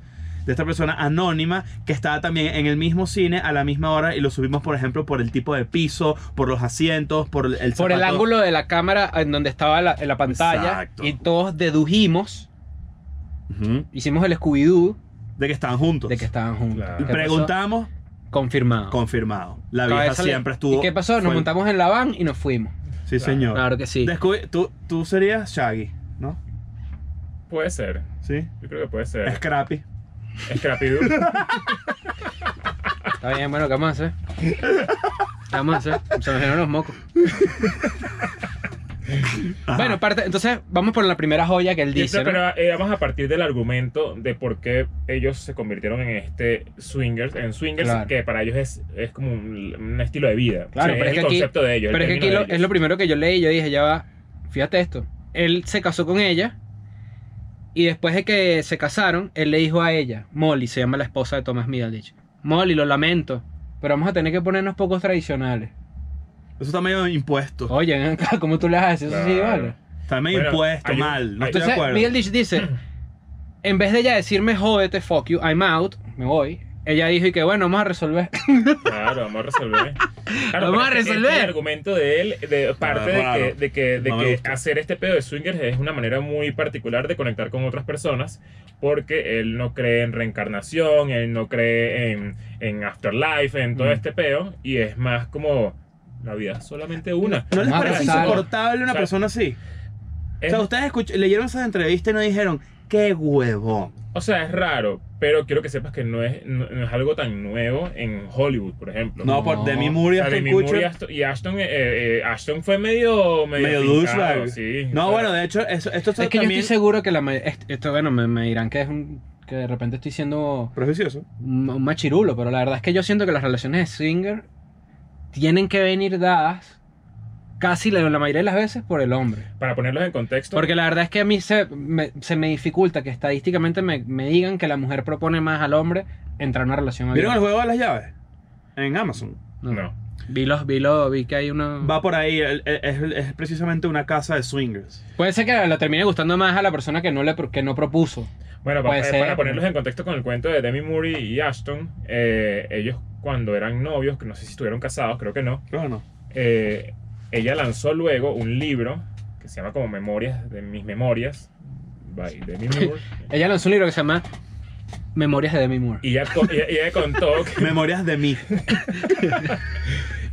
Speaker 3: De esta persona anónima que estaba también en el mismo cine a la misma hora y lo subimos, por ejemplo, por el tipo de piso, por los asientos, por el
Speaker 4: Por el
Speaker 3: zapato.
Speaker 4: ángulo de la cámara en donde estaba la, en la pantalla
Speaker 3: Exacto.
Speaker 4: y todos dedujimos,
Speaker 3: Ujú.
Speaker 4: hicimos el Scooby-Doo
Speaker 3: De que estaban juntos.
Speaker 4: de que estaban juntos.
Speaker 2: Claro.
Speaker 4: ¿Qué pasó?
Speaker 3: Preguntamos,
Speaker 4: Confirmado.
Speaker 3: confirmado. La vieja
Speaker 4: Cabeza le-
Speaker 3: siempre estuvo.
Speaker 4: ¿Y qué pasó? Nos
Speaker 3: fue-
Speaker 4: montamos en la van y nos fuimos.
Speaker 3: Sí, señor.
Speaker 4: Claro que sí.
Speaker 3: Descubrí- tú, tú serías Shaggy, ¿no?
Speaker 2: Puede ser.
Speaker 3: Sí.
Speaker 2: Yo creo que puede ser.
Speaker 3: Scrappy.
Speaker 2: Scrappy-Doo.
Speaker 4: Está bien, bueno, ¿qué vamos a hacer? ¿Qué vamos a hacer? Se me generan los mocos. Bueno, parte, entonces vamos por la primera joya que él dice.
Speaker 2: Entonces,
Speaker 4: ¿no?
Speaker 2: pero éramos a partir del argumento de por qué ellos se convirtieron en este swingers, en swingers
Speaker 4: Claro.
Speaker 2: que para ellos es, es como un, un estilo de vida.
Speaker 4: Claro,
Speaker 2: Sí, es
Speaker 4: pero es
Speaker 2: el
Speaker 4: que aquí-
Speaker 2: concepto de ellos. el
Speaker 4: Pero es que aquí
Speaker 2: término
Speaker 4: lo-
Speaker 2: de
Speaker 4: es lo
Speaker 2: ellos.
Speaker 4: primero que yo leí. Yo dije, ya va, fíjate esto. Él se casó con ella. Y después de que se casaron, él le dijo a ella, Molly, se llama la esposa de Thomas Middleditch. Molly, lo lamento, pero vamos a tener que ponernos pocos tradicionales.
Speaker 3: Eso está medio impuesto.
Speaker 4: Oye, ven acá, ¿cómo tú le haces eso? Sí,
Speaker 2: Claro.
Speaker 4: vale.
Speaker 3: Está medio
Speaker 2: Bueno,
Speaker 3: impuesto,
Speaker 2: hay un-
Speaker 3: mal. No
Speaker 2: hay-
Speaker 3: estoy de
Speaker 4: Entonces,
Speaker 3: acuerdo.
Speaker 4: Middleditch dice, en vez de ella decirme, jódete, fuck you, I'm out, me voy. Ella dijo y que bueno, vamos a resolver.
Speaker 2: Claro, vamos a resolver. Claro,
Speaker 4: Vamos
Speaker 2: pero
Speaker 4: a
Speaker 2: es que
Speaker 4: resolver.
Speaker 2: El argumento de él, de parte de
Speaker 3: raro.
Speaker 2: que, de que, de
Speaker 3: No me
Speaker 2: que
Speaker 3: gusta.
Speaker 2: hacer este pedo de swingers es una manera muy particular de conectar con otras personas, porque él no cree en reencarnación, él no cree en, en afterlife, en todo
Speaker 4: Mm.
Speaker 2: este pedo, y es más como la vida es solamente una.
Speaker 3: ¿No les
Speaker 4: Vamos a
Speaker 3: parece
Speaker 4: rezar.
Speaker 3: insoportable una
Speaker 2: O sea,
Speaker 3: persona así? O
Speaker 2: Es-
Speaker 3: sea, ustedes escuch- leyeron esas entrevistas y no dijeron, qué huevón.
Speaker 2: O sea, es raro, pero quiero que sepas que no es, no, no es algo tan nuevo en Hollywood, por ejemplo.
Speaker 3: No, pues, por
Speaker 4: No.
Speaker 3: Demi
Speaker 2: O
Speaker 3: Moore
Speaker 2: sea,
Speaker 3: hasta
Speaker 2: Demi
Speaker 3: escucho.
Speaker 2: Moore y Ashton, y Ashton, eh, eh, Ashton fue medio...
Speaker 3: Medio
Speaker 2: fincado,
Speaker 3: douchebag.
Speaker 2: sí.
Speaker 3: No,
Speaker 2: O sea,
Speaker 3: bueno, de hecho, eso, esto
Speaker 4: es que yo
Speaker 3: también
Speaker 4: estoy seguro que la... may- est- Esto, bueno, me, me dirán que es un... Que de repente estoy siendo
Speaker 3: prejuicioso.
Speaker 4: un un machirulo, pero la verdad es que yo siento que las relaciones de Singer tienen que venir dadas casi la, la mayoría de las veces por el hombre.
Speaker 2: Para ponerlos en contexto...
Speaker 4: Porque la verdad es que a mí se me, se me dificulta que estadísticamente me, me digan que la mujer propone más al hombre entrar en una relación
Speaker 3: ¿Vieron el
Speaker 4: abierta.
Speaker 3: juego de las llaves? En Amazon.
Speaker 4: No.
Speaker 2: No.
Speaker 4: Vi los, vi los, vi que hay uno...
Speaker 2: Mm.
Speaker 3: Va por ahí, el- el- es, es precisamente una casa de swingers.
Speaker 4: Puede ser que la termine gustando más a la persona que no le pro- que no propuso.
Speaker 2: Bueno, pa-
Speaker 4: Puede
Speaker 2: eh,
Speaker 4: ser.
Speaker 2: para ponerlos en contexto con el cuento de Demi Moore y Ashton, eh, ellos cuando eran novios, que no sé si estuvieron casados, creo que no,
Speaker 3: Claro, no.
Speaker 2: eh, ella lanzó luego un libro que se llama como Memorias de mis memorias, by Demi Moore,
Speaker 4: Ella lanzó un libro que se llama Memorias de Demi Moore.
Speaker 2: y ella, co- y- y ella contó que,
Speaker 3: Memorias de mí.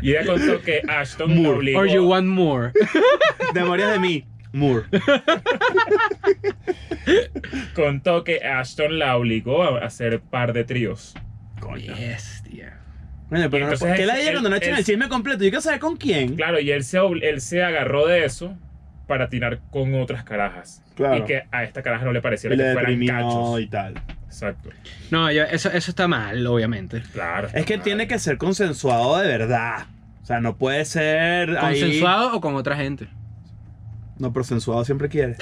Speaker 2: y ella contó que Ashton la
Speaker 3: Moore,
Speaker 2: obligó,
Speaker 4: Or you want more.
Speaker 3: Memorias de mí. Moore.
Speaker 2: contó que Ashton la obligó a hacer par de tríos.
Speaker 3: Coño.
Speaker 4: Bestia.
Speaker 3: Bueno, pero
Speaker 2: Entonces,
Speaker 3: ¿por qué la
Speaker 2: el-
Speaker 3: ella cuando no
Speaker 2: el-
Speaker 3: echen el chisme completo? Yo quiero saber con quién.
Speaker 2: Claro, y él se, obl- él se agarró de eso para tirar con otras carajas.
Speaker 3: Claro.
Speaker 2: Y que a esta caraja no le
Speaker 3: Y
Speaker 2: pareciera
Speaker 3: le
Speaker 2: que fueran
Speaker 3: deprimió
Speaker 2: cachos.
Speaker 3: y tal.
Speaker 2: Exacto.
Speaker 4: No, yo- eso, eso está mal, obviamente.
Speaker 2: Claro.
Speaker 3: Es que tiene que ser consensuado de verdad. O sea, no puede ser ahí-
Speaker 4: ¿Consensuado o con otra gente?
Speaker 3: No, pero sensuado siempre quiere.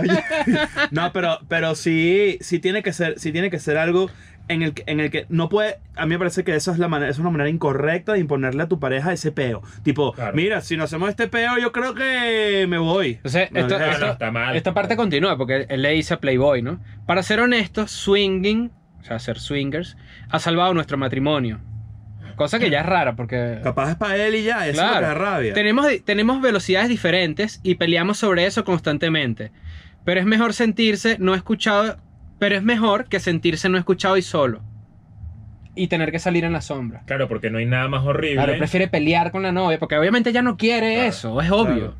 Speaker 3: Oye, no, pero, pero sí, sí tiene que ser, sí tiene que ser algo en el, que- en el que no puede. A mí me parece que eso es la manera, es una manera incorrecta de imponerle a tu pareja ese peo. Tipo,
Speaker 2: Claro.
Speaker 3: mira, si no hacemos este peo, yo creo que me voy.
Speaker 4: Entonces,
Speaker 3: No,
Speaker 4: esto-
Speaker 3: no,
Speaker 2: No,
Speaker 4: esto-
Speaker 2: no, está mal.
Speaker 4: esta parte continúa porque él- él le dice a Playboy, ¿no? Para ser honestos, swinging, o sea, ser swingers, ha salvado nuestro matrimonio. Cosa que ya es rara porque...
Speaker 3: Capaz es para él y ya, eso es lo
Speaker 4: Claro.
Speaker 3: que da rabia.
Speaker 4: Tenemos, tenemos velocidades diferentes y peleamos sobre eso constantemente. Pero es mejor sentirse no escuchado, pero es mejor que sentirse no escuchado y solo. Y tener que salir en la sombra.
Speaker 2: Claro, porque no hay nada más horrible.
Speaker 4: Claro, prefiere pelear con la novia porque obviamente ella no quiere
Speaker 2: Claro,
Speaker 4: eso, es obvio.
Speaker 3: claro.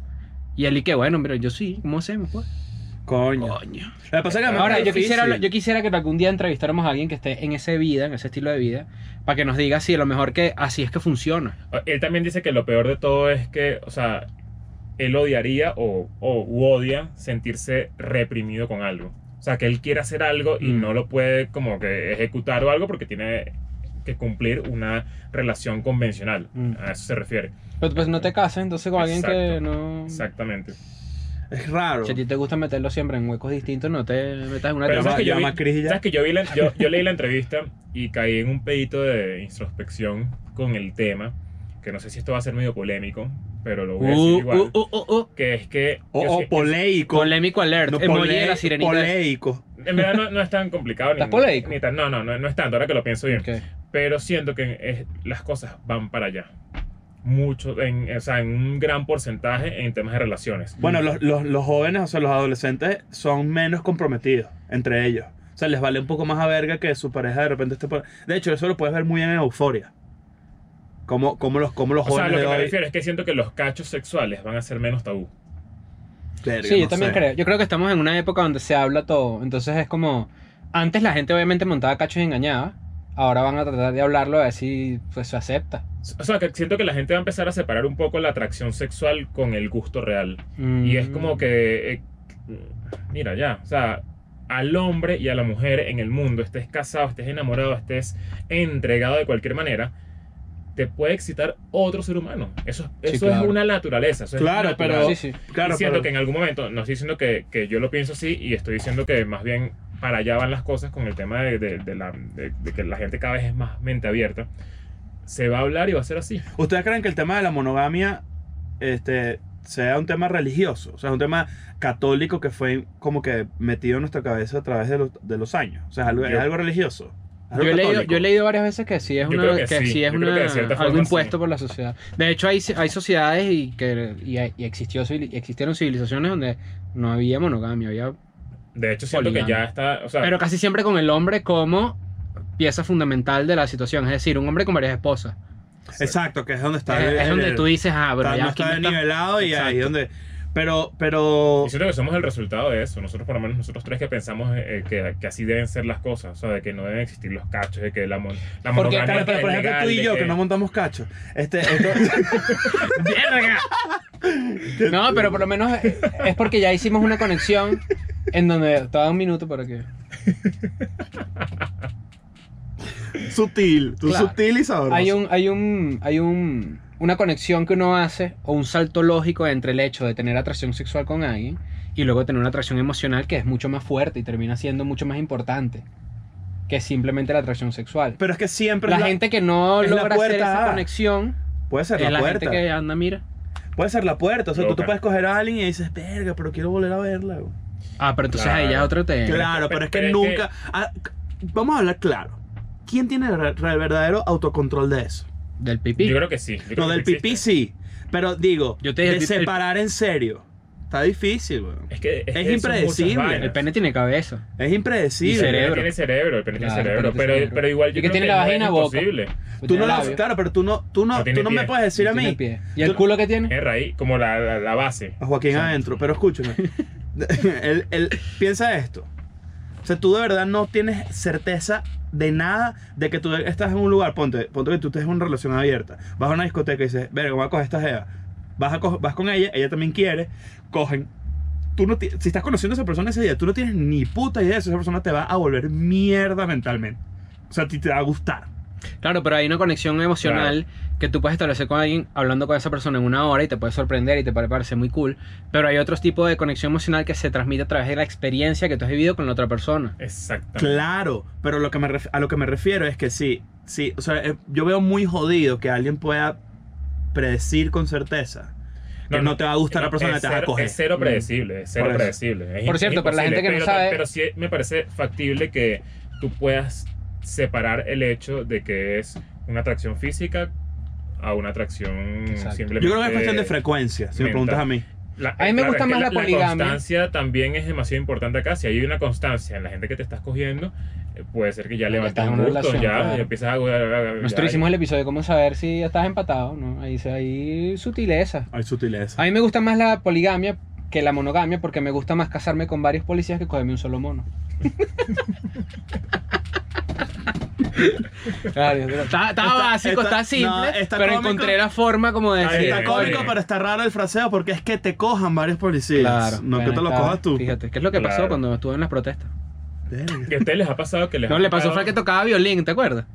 Speaker 4: Y él y que bueno, mira, yo sí, ¿cómo hacemos pues?
Speaker 3: Coño.
Speaker 4: Coño.
Speaker 3: Lo que pasa es que
Speaker 4: Ahora, yo quisiera, hablar-
Speaker 3: hablar
Speaker 4: yo quisiera que algún día entrevistáramos a alguien que esté en ese vida, en ese estilo de vida, para que nos diga si a lo mejor que así es que funciona.
Speaker 2: Ah, Él también dice que lo peor de todo es que, o sea, él odiaría o, o u odia sentirse reprimido con algo. O sea, que él quiere hacer algo y
Speaker 4: Mm.
Speaker 2: no lo puede como que ejecutar o algo porque tiene que cumplir una relación convencional.
Speaker 4: Mm.
Speaker 2: A eso se refiere.
Speaker 4: Pero pues no te cases entonces con alguien que
Speaker 2: Exacto.
Speaker 4: no...
Speaker 2: Exactamente.
Speaker 3: Es raro.
Speaker 4: Si a ti te gusta meterlo siempre en huecos distintos, no te metas en una
Speaker 2: Pero
Speaker 4: trampa.
Speaker 2: sabes que yo
Speaker 3: llama
Speaker 2: vi-
Speaker 3: a Chris y ya.
Speaker 2: sabes que yo, vi la- yo- yo leí la entrevista y caí en un pedito de introspección con el tema, que no sé si esto va a ser medio polémico, pero lo voy a decir
Speaker 4: Uh,
Speaker 2: igual.
Speaker 4: uh, uh, uh, uh.
Speaker 2: Que es que...
Speaker 3: O,
Speaker 2: yo
Speaker 3: o
Speaker 2: sí- eh,
Speaker 3: poleico.
Speaker 4: Polémico alert.
Speaker 3: No,
Speaker 4: Emoji
Speaker 3: pole-
Speaker 4: de la sirenita.
Speaker 3: Poleico.
Speaker 2: En verdad no, no es tan complicado. ni,
Speaker 4: ¿Estás polémico?
Speaker 2: ni tan- no, no, no, no es tanto, ahora que lo pienso bien.
Speaker 4: Ok.
Speaker 2: Pero siento que es- las cosas van para allá. Mucho, en, o sea, en un gran porcentaje en temas de relaciones.
Speaker 3: Bueno, los, los, los jóvenes, o sea, los adolescentes son menos comprometidos entre ellos. O sea, les vale un poco más a verga que su pareja de repente esté por... De hecho, eso lo puedes ver muy bien en Euforia. Como, como los, como los
Speaker 2: O sea,
Speaker 3: jóvenes
Speaker 2: lo que
Speaker 3: de
Speaker 2: me
Speaker 3: hoy-
Speaker 2: refiero es que siento que los cachos sexuales van a ser menos tabú.
Speaker 3: Verga,
Speaker 4: Sí, yo
Speaker 3: no
Speaker 4: también
Speaker 3: sé.
Speaker 4: creo. Yo creo que estamos en una época donde se habla todo. Entonces es como. Antes la gente obviamente montaba cachos y engañaba. Ahora van a tratar de hablarlo a ver si pues, se acepta.
Speaker 2: O sea, que siento que la gente va a empezar a separar un poco la atracción sexual con el gusto real. Y es
Speaker 4: Mm.
Speaker 2: como que, eh, mira, ya, o sea, al hombre y a la mujer en el mundo, estés casado, estés enamorado, estés entregado de cualquier manera, te puede excitar otro ser humano. Eso,
Speaker 4: Sí,
Speaker 2: eso
Speaker 4: claro.
Speaker 2: es una naturaleza. eso es
Speaker 3: Claro,
Speaker 2: natural.
Speaker 3: pero-
Speaker 4: Sí, sí.
Speaker 3: Claro,
Speaker 2: y siento
Speaker 3: pero-
Speaker 2: que en algún momento, no estoy diciendo que, que yo lo pienso así, y estoy diciendo que más bien para allá van las cosas con el tema de, de- de la, de- de que la gente cada vez es más mente abierta. Se va a hablar y va a ser así.
Speaker 3: ¿Ustedes creen que el tema de la monogamia este, sea un tema religioso? O sea, un tema católico que fue como que metido en nuestra cabeza a través de los, de los años. O sea, es algo, es
Speaker 2: Yo-
Speaker 3: algo religioso. Es
Speaker 4: Yo
Speaker 3: algo
Speaker 4: he, leído,
Speaker 3: católico.
Speaker 4: yo he leído varias veces que sí es,
Speaker 2: Yo
Speaker 4: una,
Speaker 2: creo
Speaker 4: que
Speaker 2: que sí,
Speaker 4: sí es
Speaker 2: yo creo que de
Speaker 4: una-
Speaker 2: cierta
Speaker 4: algo
Speaker 2: forma
Speaker 4: impuesto
Speaker 2: sí.
Speaker 4: por la sociedad. De hecho, hay, hay sociedades y que y, y existió, civil- existieron civilizaciones donde no había monogamia, había
Speaker 2: De hecho, siento que ya
Speaker 4: Poligamia.
Speaker 2: está. O sea,
Speaker 4: Pero casi siempre con el hombre como pieza fundamental de la situación. Es decir, un hombre con varias esposas.
Speaker 3: Exacto, que es donde está.
Speaker 4: es,
Speaker 3: el-
Speaker 4: es donde
Speaker 3: el-
Speaker 4: tú dices, ah, bueno,
Speaker 3: está-
Speaker 4: ya
Speaker 3: no
Speaker 4: aquí
Speaker 3: está
Speaker 4: no está-
Speaker 3: nivelado y ahí
Speaker 4: Exacto.
Speaker 3: donde. Pero, pero.
Speaker 2: Y siento que somos el resultado de eso. Nosotros, por lo menos nosotros tres que pensamos eh, que, que así deben ser las cosas. O sea, de que no deben existir los cachos, de que la, mon la
Speaker 4: Porque,
Speaker 2: monogamia
Speaker 3: Claro, pero
Speaker 2: es
Speaker 3: por ejemplo
Speaker 2: legal,
Speaker 3: tú y
Speaker 2: de
Speaker 3: yo, que no montamos cacho. Este, esto,
Speaker 4: ¡Verga! No, pero por lo menos eh, es porque ya hicimos una conexión en donde te va un minuto para que.
Speaker 5: Sutil, tú
Speaker 4: Claro.
Speaker 5: sutil y sabroso.
Speaker 4: Hay un, hay un, hay un, una conexión que uno hace o un salto lógico entre el hecho de tener atracción sexual con alguien y luego tener una atracción emocional que es mucho más fuerte y termina siendo mucho más importante que simplemente la atracción sexual.
Speaker 3: pero es que siempre.
Speaker 4: la,
Speaker 3: es la-
Speaker 4: gente que no
Speaker 3: es la
Speaker 4: logra hacer
Speaker 3: puerta
Speaker 4: esa
Speaker 3: A.
Speaker 4: conexión
Speaker 3: Puede ser
Speaker 4: es
Speaker 3: la,
Speaker 4: la
Speaker 3: puerta.
Speaker 4: gente que anda, mira.
Speaker 3: Puede ser la puerta. O sea, tú, tú
Speaker 2: Loca.
Speaker 3: puedes coger a alguien y dices, verga, pero quiero volver a verla. güey".
Speaker 4: Ah, pero entonces ahí ya es
Speaker 2: Claro.
Speaker 4: otro tema.
Speaker 5: Claro, pero,
Speaker 2: Pero-
Speaker 5: es que
Speaker 2: pero es
Speaker 5: nunca. Ah, vamos a hablar claro. ¿Quién tiene el, re- el verdadero autocontrol de eso?
Speaker 4: Del pipí.
Speaker 2: Yo creo que sí. Yo creo
Speaker 3: Lo
Speaker 2: que
Speaker 3: del
Speaker 2: sí
Speaker 3: pipí
Speaker 2: existe.
Speaker 3: sí. Pero digo,
Speaker 4: Yo te dije,
Speaker 3: de
Speaker 4: el pi- el-
Speaker 3: separar en serio. Está difícil, güey.
Speaker 2: Es que
Speaker 3: Es
Speaker 2: que son muchas
Speaker 3: impredecible.
Speaker 2: vainas.
Speaker 4: El pene tiene cabeza.
Speaker 3: Es
Speaker 4: Y
Speaker 3: impredecible.
Speaker 2: El pene
Speaker 4: cerebro.
Speaker 2: tiene cerebro. El pene
Speaker 4: Claro,
Speaker 2: tiene
Speaker 4: el
Speaker 2: cerebro.
Speaker 4: pene tiene
Speaker 2: Pero,
Speaker 4: cerebro.
Speaker 2: pero igual yo
Speaker 4: Y que
Speaker 2: creo
Speaker 4: tiene la
Speaker 2: no es
Speaker 4: vagina boca.
Speaker 2: imposible.
Speaker 3: Tú no
Speaker 4: Tiene
Speaker 3: lo-
Speaker 4: labio,
Speaker 3: claro, pero tú no, tú no,
Speaker 2: No
Speaker 3: tú
Speaker 2: tiene
Speaker 3: no me
Speaker 2: pie.
Speaker 3: puedes decir a
Speaker 4: tiene
Speaker 3: mí,
Speaker 4: pie. ¿Y el culo que tiene?
Speaker 2: Es raíz, como la, la, la base.
Speaker 3: a Joaquín adentro, pero escúchame. él, él piensa esto. O sea, tú de verdad no tienes certeza de nada de que tú estás en un lugar. Ponte, ponte que tú estés en una relación abierta. Vas a una discoteca y dices, verga, voy a coger esta jeva. Vas, a co- vas con ella, ella también quiere. Cogen. Tú no ti- si estás conociendo a esa persona ese día, tú no tienes ni puta idea de si esa persona te va a volver mierda mentalmente. O sea, a ti te va a gustar.
Speaker 4: Claro, pero hay una conexión emocional que tú puedes establecer con alguien hablando con esa persona en una hora y te puede sorprender y te puede parecer muy cool. Pero hay otros tipos de conexión emocional que se transmite a través de la experiencia que tú has vivido con la otra persona.
Speaker 2: Exactamente.
Speaker 3: Claro, pero lo que me ref- a lo que me refiero es que sí, sí, o sea, eh, yo veo muy jodido que alguien pueda predecir con certeza que no, te va a gustar la persona que
Speaker 2: es
Speaker 3: te va a
Speaker 2: cero-
Speaker 3: coger.
Speaker 2: Es cero predecible, es cero
Speaker 3: Por eso.
Speaker 2: predecible. Es
Speaker 4: Por
Speaker 2: im-
Speaker 4: cierto,
Speaker 2: es
Speaker 4: para la gente que no
Speaker 2: imposible,
Speaker 4: sabe-
Speaker 2: Pero sí me parece factible que tú puedas separar el hecho de que es una atracción física a una atracción
Speaker 4: Exacto.
Speaker 2: simplemente.
Speaker 3: Yo creo que es cuestión de frecuencia, si me
Speaker 2: mental.
Speaker 3: preguntas a mí.
Speaker 2: La-
Speaker 4: A mí me gusta
Speaker 2: es que
Speaker 4: más la poligamia.
Speaker 2: La constancia también es demasiado importante acá. Si hay una constancia en la gente que te estás cogiendo, eh, puede ser que ya levantes
Speaker 4: estás en una
Speaker 2: gustos, ya
Speaker 4: relación, claro.
Speaker 2: y empiezas a. ya-
Speaker 4: Nosotros hicimos el episodio de cómo saber si ya estás empatado, ¿no? Ahí se hay sutileza.
Speaker 3: Hay sutileza.
Speaker 4: A mí me gusta más la poligamia que la monogamia porque me gusta más casarme con varios policías que cogerme un solo mono. Claro, yo creo- está, está
Speaker 3: Está-
Speaker 4: básico,
Speaker 3: está-
Speaker 4: está simple,
Speaker 3: no, está
Speaker 4: pero
Speaker 3: cómico.
Speaker 4: encontré la forma como de
Speaker 2: Ahí
Speaker 4: decir.
Speaker 3: Está
Speaker 2: Sí,
Speaker 3: cómico,
Speaker 2: oye.
Speaker 3: pero está raro el fraseo porque es que te cojan varios policías.
Speaker 4: Claro,
Speaker 3: no
Speaker 4: bueno,
Speaker 3: que te lo
Speaker 4: está-
Speaker 3: cojas tú.
Speaker 4: Fíjate, ¿qué es lo que pasó
Speaker 2: Claro.
Speaker 4: cuando estuve en las protestas?
Speaker 3: Verga,
Speaker 2: Que a ustedes les ha pasado que les
Speaker 4: No,
Speaker 2: ha
Speaker 4: le pasó
Speaker 2: tocado-
Speaker 4: fue que tocaba violín, ¿te acuerdas?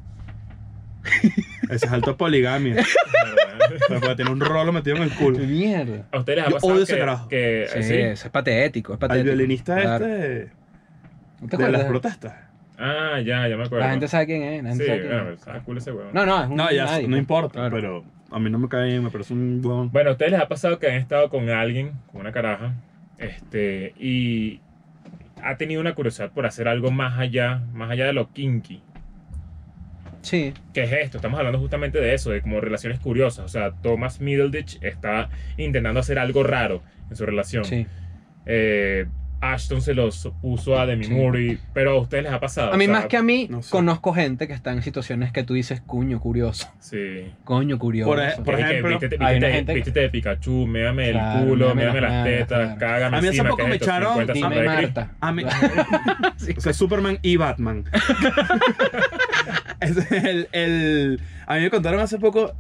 Speaker 3: Ese es alto poligamia. Pero porque tiene un rolo metido en el culo.
Speaker 4: Mierda.
Speaker 2: A ustedes les ha
Speaker 3: Yo
Speaker 2: pasado
Speaker 3: odio
Speaker 2: que,
Speaker 3: ese carajo.
Speaker 2: que-
Speaker 4: Sí,
Speaker 2: Eh, sí.
Speaker 4: eso es patético, es
Speaker 3: Al
Speaker 4: patético.
Speaker 3: violinista
Speaker 4: Claro.
Speaker 3: este
Speaker 4: ¿No te
Speaker 3: de las
Speaker 4: acuerdas?
Speaker 3: protestas.
Speaker 2: Ah, ya, ya me acuerdo.
Speaker 4: La gente sabe quién es, la gente
Speaker 2: sí,
Speaker 4: sabe quién
Speaker 2: bueno,
Speaker 4: es.
Speaker 2: está cool ese huevón.
Speaker 4: No, no, es un
Speaker 3: No, ya,
Speaker 4: nadie,
Speaker 3: no
Speaker 4: pues.
Speaker 3: importa,
Speaker 4: Claro.
Speaker 3: pero a mí no me cae bien, me parece un huevón.
Speaker 2: Bueno, a ustedes les ha pasado que han estado con alguien, con una caraja, este, y ha tenido una curiosidad por hacer algo más allá, más allá de lo kinky.
Speaker 4: Sí.
Speaker 2: ¿Qué es esto? Estamos hablando justamente de eso, de como relaciones curiosas. O sea, Thomas Middleditch está intentando hacer algo raro en su relación.
Speaker 4: Sí.
Speaker 2: Eh, Ashton se lo puso a Demi
Speaker 4: Sí.
Speaker 2: Moore, pero a ustedes les ha pasado.
Speaker 4: A mí
Speaker 2: o sea,
Speaker 4: más que a mí,
Speaker 3: no sé.
Speaker 4: conozco gente que está en situaciones que tú dices, coño, curioso.
Speaker 2: Sí.
Speaker 4: Coño, curioso.
Speaker 3: Por ej- por
Speaker 2: Que- que
Speaker 3: ejemplo,
Speaker 2: vístete,
Speaker 4: hay una
Speaker 2: vístete-
Speaker 4: gente que-
Speaker 2: vístete este de Pikachu, méame
Speaker 4: Claro,
Speaker 2: el culo,
Speaker 4: méame
Speaker 2: méame
Speaker 4: las
Speaker 2: las
Speaker 4: nalgas,
Speaker 2: tetas,
Speaker 4: claro.
Speaker 2: cágame
Speaker 3: A mí hace
Speaker 2: encima,
Speaker 3: poco
Speaker 2: que
Speaker 3: me
Speaker 2: es esto,
Speaker 3: echaron,
Speaker 2: 50 sombras
Speaker 4: Dime
Speaker 2: de Grey.
Speaker 4: Marta.
Speaker 3: A mí- Ah, O sea, Superman y Batman. Es el- el- a mí me contaron hace poco,